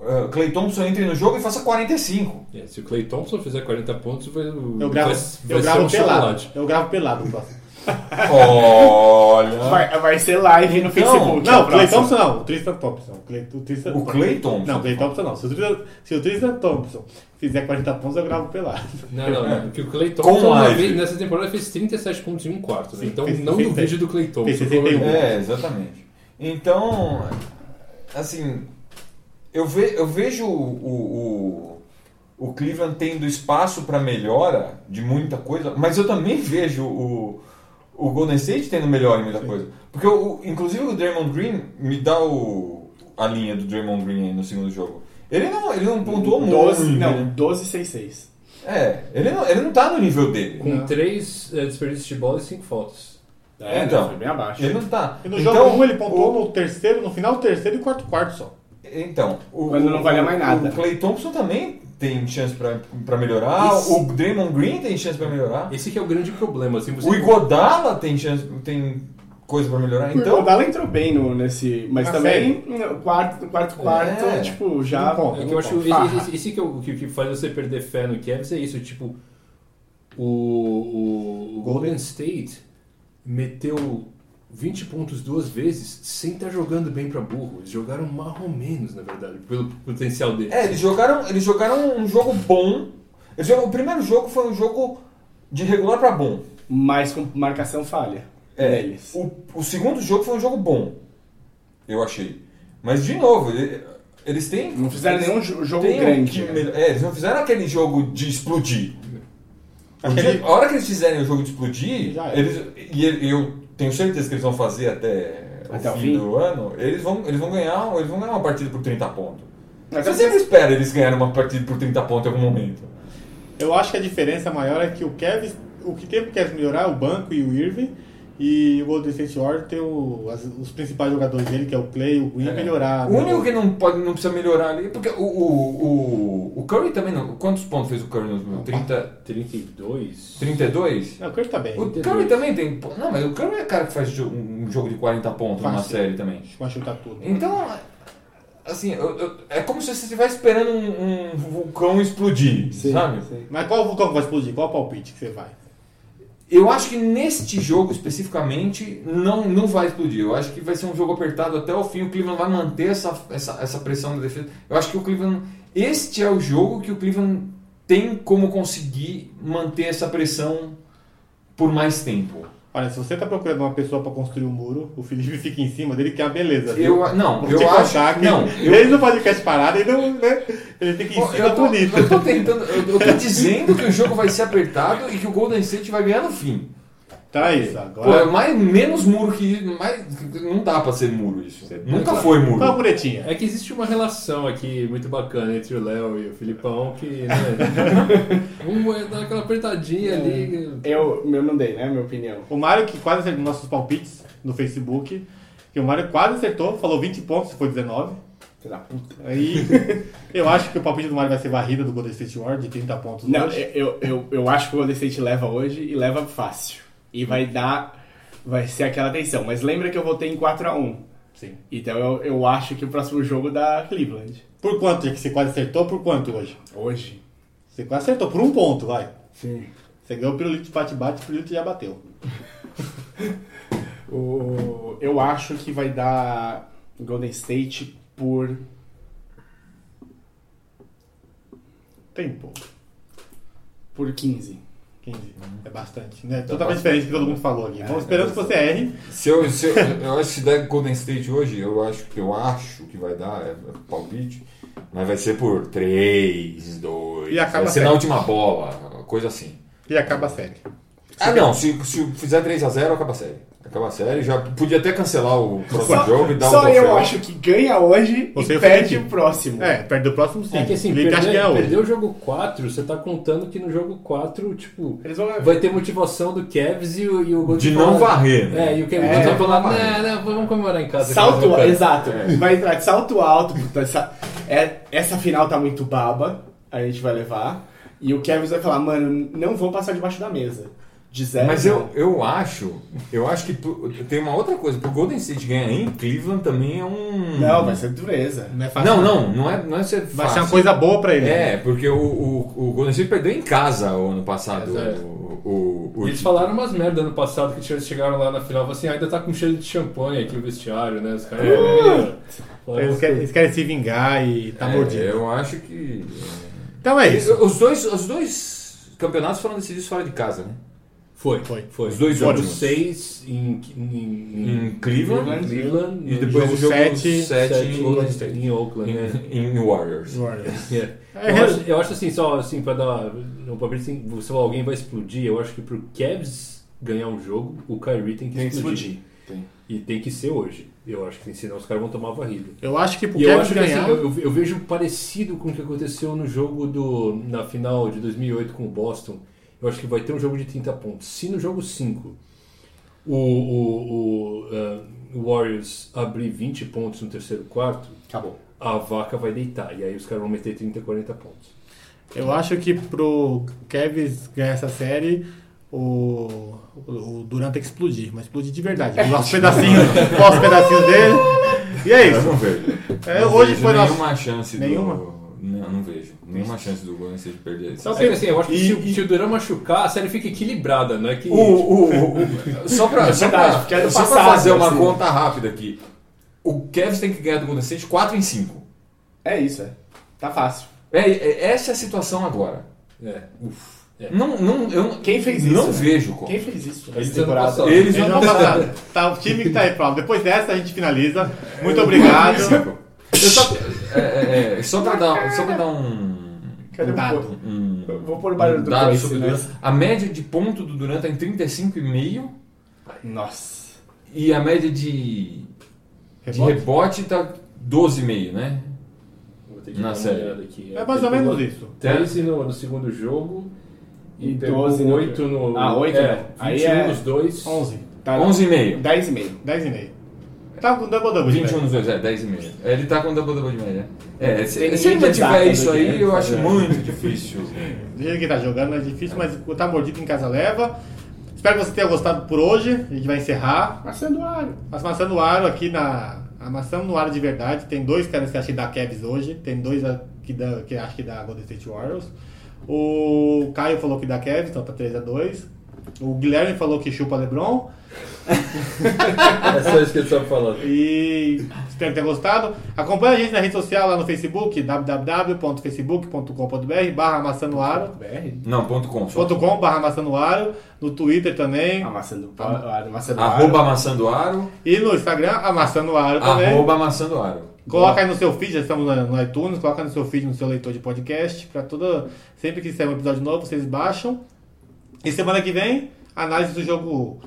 Speaker 1: eh, Clay Thompson entre no jogo e faça 45.
Speaker 4: É, se o Clay Thompson fizer 40 pontos, vai,
Speaker 3: Eu
Speaker 4: vai, vai
Speaker 3: gravo, eu
Speaker 4: ser
Speaker 3: gravo
Speaker 4: um
Speaker 3: pelado.
Speaker 4: chocolate.
Speaker 3: Eu gravo pelado
Speaker 1: <laughs>
Speaker 3: no próximo.
Speaker 1: Olha.
Speaker 2: Vai, vai ser live no Facebook.
Speaker 3: Não, então
Speaker 2: a
Speaker 3: o Clay
Speaker 2: próxima.
Speaker 3: Thompson não. O Tristan Thompson. O Clay, o Tristan,
Speaker 1: é O Clay Thompson.
Speaker 3: Não, o Clay Thompson não. Se o Tristan, se o Tristan Thompson fizer 40 pontos, eu gravo pelado. <laughs>
Speaker 4: Não, não, não. Porque o Clay
Speaker 1: Com
Speaker 4: Thompson uma
Speaker 1: live.
Speaker 4: vez- nessa temporada fez 37 pontos em um quarto, né?
Speaker 3: Sim,
Speaker 4: Então
Speaker 3: fez-
Speaker 4: não
Speaker 3: fez-
Speaker 4: duvide do Clay
Speaker 3: fez
Speaker 4: Thompson.
Speaker 3: 61.
Speaker 1: É, exatamente. Então, assim, eu, ve, eu vejo o, o, o- o Cleveland tendo espaço para melhora de muita coisa, mas eu também vejo o, o Golden State tendo melhora em muita coisa. Porque, o, o- inclusive, o Draymond Green me dá o, a linha do Draymond Green aí no segundo jogo. Ele não, ele não pontuou muito.
Speaker 2: 12, não,
Speaker 1: né?
Speaker 2: 12, 6, 6.
Speaker 1: É, ele não, ele não tá no nível dele.
Speaker 4: Com três é, desperdícios de bola e cinco faltas.
Speaker 1: É, então.
Speaker 2: Foi bem abaixo.
Speaker 1: Ele não tá.
Speaker 3: E no
Speaker 1: então,
Speaker 3: jogo 1 ele
Speaker 1: o-
Speaker 3: pontuou no terceiro, no final do terceiro e quarto quarto só.
Speaker 1: Então, o,
Speaker 2: Quando não valia mais nada.
Speaker 1: O Clay Thompson também tem chance pra, pra melhorar,
Speaker 4: Isso.
Speaker 1: o Draymond Green tem chance pra melhorar,
Speaker 4: Esse que é o grande problema. Assim, você...
Speaker 1: o Igodala tem chance, tem coisa pra melhorar.
Speaker 2: Então, o
Speaker 1: Então,
Speaker 2: Dala entrou bem no, nesse. Mas
Speaker 3: Na
Speaker 2: também, no quarto, quarto, quarto,
Speaker 1: É.
Speaker 2: tipo, já.
Speaker 3: Não conta.
Speaker 4: É que eu acho,
Speaker 2: Farra.
Speaker 4: esse, esse- esse que, é o, que, que faz você perder fé no Cavs é isso, tipo, o, o- o Golden State meteu 20 pontos duas vezes sem estar jogando bem pra burro. Eles jogaram mais ou menos, na verdade, pelo potencial deles.
Speaker 1: é, eles jogaram, eles jogaram um jogo bom. Eles jogaram- o primeiro jogo foi um jogo de regular pra bom.
Speaker 2: Mas com marcação falha.
Speaker 1: É,
Speaker 2: Deles.
Speaker 1: O, o segundo jogo foi um jogo bom, eu achei. Mas, de novo, ele- eles têm...
Speaker 2: Não fizeram
Speaker 1: eles
Speaker 2: nenhum jo- jogo
Speaker 1: têm o
Speaker 2: grande,
Speaker 1: que
Speaker 2: né?
Speaker 1: melhor- é, eles não fizeram aquele jogo de explodir. O
Speaker 3: Aquele-
Speaker 1: dia- a hora que eles fizerem o jogo de explodir,
Speaker 3: Já era.
Speaker 1: eles, e ele- eu tenho certeza que eles vão fazer até,
Speaker 2: Até
Speaker 1: o
Speaker 2: o
Speaker 1: fim,
Speaker 2: fim?
Speaker 1: do ano, eles vão, eles, vão ganhar, eles vão ganhar uma partida por 30 pontos.
Speaker 2: Mas
Speaker 1: Você sempre espera eles ganharem uma partida por 30 pontos em algum momento.
Speaker 3: Eu acho que a diferença maior é que o Kevin, o que tem pro Kevin melhorar é o banco e o Irving. E o Golden State Warriors tem o- as- os principais jogadores dele, que é o Clay, o Green,
Speaker 1: É.
Speaker 2: Ah,
Speaker 3: melhorar.
Speaker 1: O único que não, pode, não precisa melhorar ali, porque o, o, o, o Curry também não. Quantos pontos fez o Curry no 30,
Speaker 4: 32?
Speaker 1: 32?
Speaker 3: Não, o Curry tá bem.
Speaker 1: O Curry também tem. Não, mas o Curry é cara que faz jo- um jogo de 40 pontos numa
Speaker 3: Fácil.
Speaker 1: série também.
Speaker 3: Vai chutar tudo.
Speaker 1: Então, assim, eu- eu- é como se você estivesse esperando um, um vulcão explodir,
Speaker 2: Sim,
Speaker 1: sabe?
Speaker 2: sim.
Speaker 3: Mas qual vulcão que vai explodir? Qual é palpite que você vai?
Speaker 1: Eu acho que neste jogo especificamente não, não vai explodir. Eu acho que vai ser um jogo apertado até o fim. O Cleveland vai manter essa, essa, essa pressão da defesa. Eu acho que o Cleveland. Este é o jogo que o Cleveland tem como conseguir manter essa pressão por mais tempo.
Speaker 3: Olha, se você tá procurando uma pessoa pra construir um muro, o Felipe <laughs> fica em cima dele, que é uma beleza. viu?
Speaker 1: Eu, não,
Speaker 3: Vou
Speaker 1: eu
Speaker 3: te
Speaker 1: acho.
Speaker 3: contar que
Speaker 1: Não, eu,
Speaker 3: Desde o podcast parado, ele, não, né, ele fica em
Speaker 1: Bom,
Speaker 3: cima
Speaker 1: eu tô,
Speaker 3: bonito.
Speaker 1: eu tô tentando. Eu, eu tô dizendo que o jogo vai ser apertado e que o Golden State vai ganhar no fim.
Speaker 3: Tá isso,
Speaker 1: Pô,
Speaker 3: agora.
Speaker 1: é mais, menos muro que. Mais, não dá pra ser muro isso. é Nunca foi muro.
Speaker 3: Qual a muretinha?
Speaker 4: É que existe uma relação aqui muito bacana entre o Léo e o Filipão que, né? um é dar aquela apertadinha ali.
Speaker 2: Eu, eu não dei, né? Minha opinião.
Speaker 3: O Mário, que quase acertou nossos palpites no Facebook, que o Mário quase acertou, falou 20 pontos, foi 19.
Speaker 2: Filha da puta.
Speaker 3: Aí eu acho que o palpite do Mário vai ser varrida do Golden State Warriors de 30 pontos
Speaker 2: Não, é-
Speaker 3: hoje.
Speaker 2: eu, eu, eu acho que o Golden State leva hoje e leva fácil. E vai dar. Vai ser aquela tensão. Mas lembra que eu votei em 4x1.
Speaker 3: Sim.
Speaker 2: Então eu, eu acho que o próximo jogo dá Cleveland.
Speaker 3: Por quanto, já que você quase acertou, por quanto hoje?
Speaker 2: Hoje?
Speaker 3: Você quase acertou, por um ponto, vai.
Speaker 2: Sim.
Speaker 3: Você ganhou o pirulito de bate-bate, o pirulito já bateu.
Speaker 2: O, eu acho que vai dar Golden State por.
Speaker 3: Tempo.
Speaker 2: por 15.
Speaker 3: 15.
Speaker 2: Uhum.
Speaker 3: É bastante, né? Totalmente diferente do que todo mundo falou aqui.
Speaker 2: É,
Speaker 3: Vamos esperando que você erre.
Speaker 1: Se eu, se eu, eu acho que se der Golden State hoje, eu acho que eu acho que vai dar, é, é palpite, mas vai ser por 3, 2.
Speaker 3: E acaba
Speaker 1: vai ser
Speaker 3: certo.
Speaker 1: na última bola, coisa assim.
Speaker 3: E acaba a série.
Speaker 1: Ah não, se, se fizer 3x0, acaba a série. Acaba a série, já podia até cancelar o próximo jogo e dar um
Speaker 2: só eu
Speaker 1: troféu.
Speaker 2: acho que ganha hoje
Speaker 3: Você e
Speaker 2: e
Speaker 3: o
Speaker 2: perde
Speaker 3: Felipe.
Speaker 2: o próximo.
Speaker 3: É, perde o próximo sim.
Speaker 4: É que assim,
Speaker 3: Ele acha que é
Speaker 4: perder,
Speaker 3: hoje.
Speaker 4: perder o jogo 4, você tá contando que no jogo 4, tipo,
Speaker 2: Eles vão-
Speaker 4: vai ter motivação do Cavs e o, e o Golden
Speaker 1: De
Speaker 4: State
Speaker 1: não
Speaker 4: falando-
Speaker 1: varrer, né?
Speaker 4: É, e o Kevin
Speaker 2: É,
Speaker 4: Durant vai
Speaker 1: não
Speaker 4: falar,
Speaker 1: varrer.
Speaker 4: não, não, vamos comemorar em casa.
Speaker 2: Salto,
Speaker 4: Cara.
Speaker 2: exato. Vai entrar de salto alto. puta, Essa, é- essa final tá muito baba. A gente vai levar. E o Kevin vai falar, mano, não vão passar debaixo da mesa. De zero.
Speaker 3: É.
Speaker 1: Mas eu, eu acho, eu acho que pro- tem uma outra coisa, pro Golden State ganhar em Cleveland também é um.
Speaker 2: Não, vai ser dureza.
Speaker 3: Não é fácil.
Speaker 1: Não, não, não é, não é ser fácil.
Speaker 3: Vai ser uma coisa boa pra ele.
Speaker 1: É, porque o, o, o Golden State perdeu em casa o ano passado.
Speaker 4: Exato.
Speaker 1: o, o, o,
Speaker 4: E Eles falaram umas merda ano passado que eles chegaram lá na final e falaram assim, "Ah, ainda tá com cheiro de champanhe aqui o vestiário, né? Os caras. Falaram
Speaker 3: Então, Eles
Speaker 4: umas
Speaker 3: querem,
Speaker 4: coisas.
Speaker 3: eles querem se vingar e tá
Speaker 1: É,
Speaker 3: mordido.
Speaker 1: eu acho que.
Speaker 3: Então é isso.
Speaker 1: Os dois, os dois campeonatos foram decididos fora de casa, né?
Speaker 4: Foi,
Speaker 3: Foi.
Speaker 4: foi, foi.
Speaker 1: Os dois
Speaker 4: jogo
Speaker 1: últimos.
Speaker 4: 6 em, em,
Speaker 1: Em Cleveland,
Speaker 4: em Cleveland
Speaker 1: e depois
Speaker 3: jogo
Speaker 1: o jogo
Speaker 3: sete,
Speaker 1: 7,
Speaker 4: sete em Golden
Speaker 1: em,
Speaker 4: State, em Oakland, <laughs> né?
Speaker 1: em Warriors.
Speaker 3: Warriors.
Speaker 4: É.
Speaker 3: É,
Speaker 4: Eu,
Speaker 3: real-
Speaker 4: acho, eu acho assim, só assim, pra dar um papel assim, se alguém vai explodir, eu acho que pro Cavs ganhar um jogo, o Kyrie tem que,
Speaker 2: Tem que
Speaker 4: explodir.
Speaker 2: explodir.
Speaker 4: E tem que ser hoje. Eu acho que senão os caras vão tomar varrida.
Speaker 3: Eu acho que pro
Speaker 4: E eu
Speaker 3: Kevin
Speaker 4: acho que assim,
Speaker 3: ganhar.
Speaker 4: eu, eu- eu vejo parecido com o que aconteceu no jogo do na final de 2008 com o Boston. Eu acho que vai ter um jogo de 30 pontos. Se no jogo 5 o, o- o, ah, o Warriors abrir 20 pontos no terceiro quarto,
Speaker 2: Acabou.
Speaker 4: a vaca vai deitar. E aí os caras vão meter 30, 40 pontos.
Speaker 3: Eu acho que pro Kevs ganhar essa série, o, o Durant tem que explodir, mas explodir de verdade. Os pedacinhos, os pedacinhos dele. E é
Speaker 1: Eu
Speaker 3: isso.
Speaker 1: não vejo.
Speaker 3: É,
Speaker 1: Não
Speaker 3: hoje
Speaker 1: vejo
Speaker 3: foi nosso.
Speaker 1: nenhuma chance
Speaker 3: Nenhuma? Então,
Speaker 1: do. Não, não vejo. Nenhuma chance do Golden State perder isso.
Speaker 4: É que, assim, eu acho que
Speaker 1: E-
Speaker 4: se, o- se o Duran machucar, a série fica equilibrada, não é que.
Speaker 1: O, o- o- o- só pra, só pra-
Speaker 2: verdade, porque é do
Speaker 1: só pra
Speaker 2: passado,
Speaker 1: fazer uma
Speaker 2: assim.
Speaker 1: conta rápida aqui. O Cavs tem que ganhar do Golden State 4 em 5.
Speaker 2: É isso, é. Tá fácil.
Speaker 1: É, é- essa é a situação agora.
Speaker 4: É, uf, é.
Speaker 1: Não, não, eu não-
Speaker 2: Quem fez
Speaker 1: não
Speaker 2: isso, né?
Speaker 1: vejo como.
Speaker 2: Quem fez isso
Speaker 4: Eles
Speaker 2: nessa
Speaker 4: ano
Speaker 2: temporada?
Speaker 4: passado.
Speaker 1: Eles
Speaker 3: Eles
Speaker 1: não
Speaker 3: vão passar. Tá, o time que tá aí, prova. Depois dessa a gente finaliza. Muito obrigado.
Speaker 1: Eu só, é, é, é, só pra dar, só pra dar um,
Speaker 2: Cadê o
Speaker 3: Dado.
Speaker 2: pô-
Speaker 1: um-
Speaker 2: Eu Vou pôr o barulho
Speaker 1: um
Speaker 2: do
Speaker 1: dado
Speaker 2: coice,
Speaker 1: sobre o
Speaker 2: né?
Speaker 1: Durant. A média de ponto do Durant tá em 35,5
Speaker 2: Nossa.
Speaker 1: e a média de De
Speaker 3: Rebote?
Speaker 1: rebote tá 12,5, né?
Speaker 4: Vou ter que
Speaker 1: Na
Speaker 4: dar uma
Speaker 1: série.
Speaker 4: olhada aqui.
Speaker 3: É mais ou
Speaker 4: pegou
Speaker 3: menos isso.
Speaker 4: 13 no, no segundo jogo. E,
Speaker 2: E 12
Speaker 4: 12
Speaker 2: no-
Speaker 4: 8 no.
Speaker 2: Ah, oito,
Speaker 4: é,
Speaker 2: né?
Speaker 4: 21
Speaker 2: Aí é
Speaker 4: nos dois.
Speaker 3: 11.
Speaker 2: Tá
Speaker 1: 11,5.
Speaker 2: 10 e meio.
Speaker 3: 10 e meio. Tá com double double.
Speaker 1: 21 nos dois, é, 10,5. Ele tá com double double de média. É, se,
Speaker 2: Tem
Speaker 1: se ele
Speaker 2: ninguém
Speaker 1: não
Speaker 2: de exato
Speaker 1: tiver isso
Speaker 2: aqui,
Speaker 1: aí,
Speaker 3: é.
Speaker 2: né?
Speaker 1: eu acho
Speaker 3: <laughs>
Speaker 1: muito difícil.
Speaker 3: Do jeito que tá jogando é difícil, mas tá mordido em casa leva. Espero que você tenha gostado por hoje. A gente vai encerrar.
Speaker 2: Marcelo Duário.
Speaker 3: As maçãs no aro aqui na. A maçã no aro de verdade. Tem dois caras que achei da Cavs hoje. Tem dois a- que, dá, que acho que da Golden State Warriors. O Caio falou que da Cavs, então tá 3x2. O Guilherme falou que chupa LeBron.
Speaker 4: É só isso que ele sabe falar.
Speaker 3: <laughs> E espero ter gostado. Acompanha a gente na rede social lá no Facebook, www.facebook.com.br barra maçã no
Speaker 2: Tá
Speaker 3: aro.
Speaker 2: BR.
Speaker 1: Não, ponto com. Só.
Speaker 3: Ponto .com barra maçã no aro. No Twitter também.
Speaker 2: Ah, Marcelo Duário. Marcelo Duário.
Speaker 1: Arroba amassando aro,
Speaker 3: E no Instagram, a maçã no aro também.
Speaker 1: arroba amassando aro.
Speaker 3: Coloca aí no seu feed, já estamos na- no iTunes, coloca no seu feed, no seu leitor de podcast, para toda. Sempre que sair um episódio novo, vocês baixam. E semana que vem, análise do jogo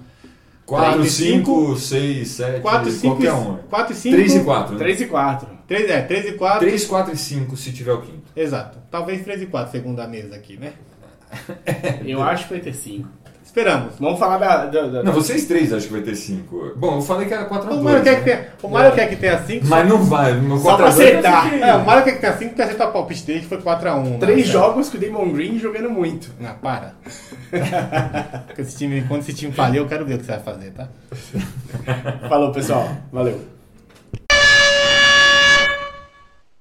Speaker 1: 4,
Speaker 3: Três e
Speaker 1: 5, 6, 7,
Speaker 3: 4 e 5.
Speaker 1: qualquer um.
Speaker 3: 4 e 5.
Speaker 1: 3 e 4.
Speaker 2: 3 e 4.
Speaker 3: 3, é, 3 e 4.
Speaker 1: 3, 4 e 5, se tiver o quinto.
Speaker 3: Exato. Talvez 3 e 4, segundo a mesa aqui, né?
Speaker 2: É Eu acho que vai ter 5.
Speaker 3: Esperamos.
Speaker 2: Vamos falar da. da, da-
Speaker 1: Não, vocês três acho que vai ter 5. Bom, eu falei que era 4 a
Speaker 3: O
Speaker 1: 2.
Speaker 3: Mario quer
Speaker 1: né?
Speaker 3: que é? tenha, o Mario quer que tenha 5.
Speaker 1: Mas não vai, meu 4
Speaker 2: Só pra
Speaker 1: a 2.
Speaker 2: acertar.
Speaker 3: É, o Mario quer que tenha 5 porque acertou a um, né? palpite dele que foi 4x1.
Speaker 2: Três jogos que o Damon Green jogando muito.
Speaker 3: Ah, para. <laughs> Porque esse time, quando esse time falhar, eu quero ver o que você vai fazer, tá?
Speaker 2: Falou, pessoal. Valeu.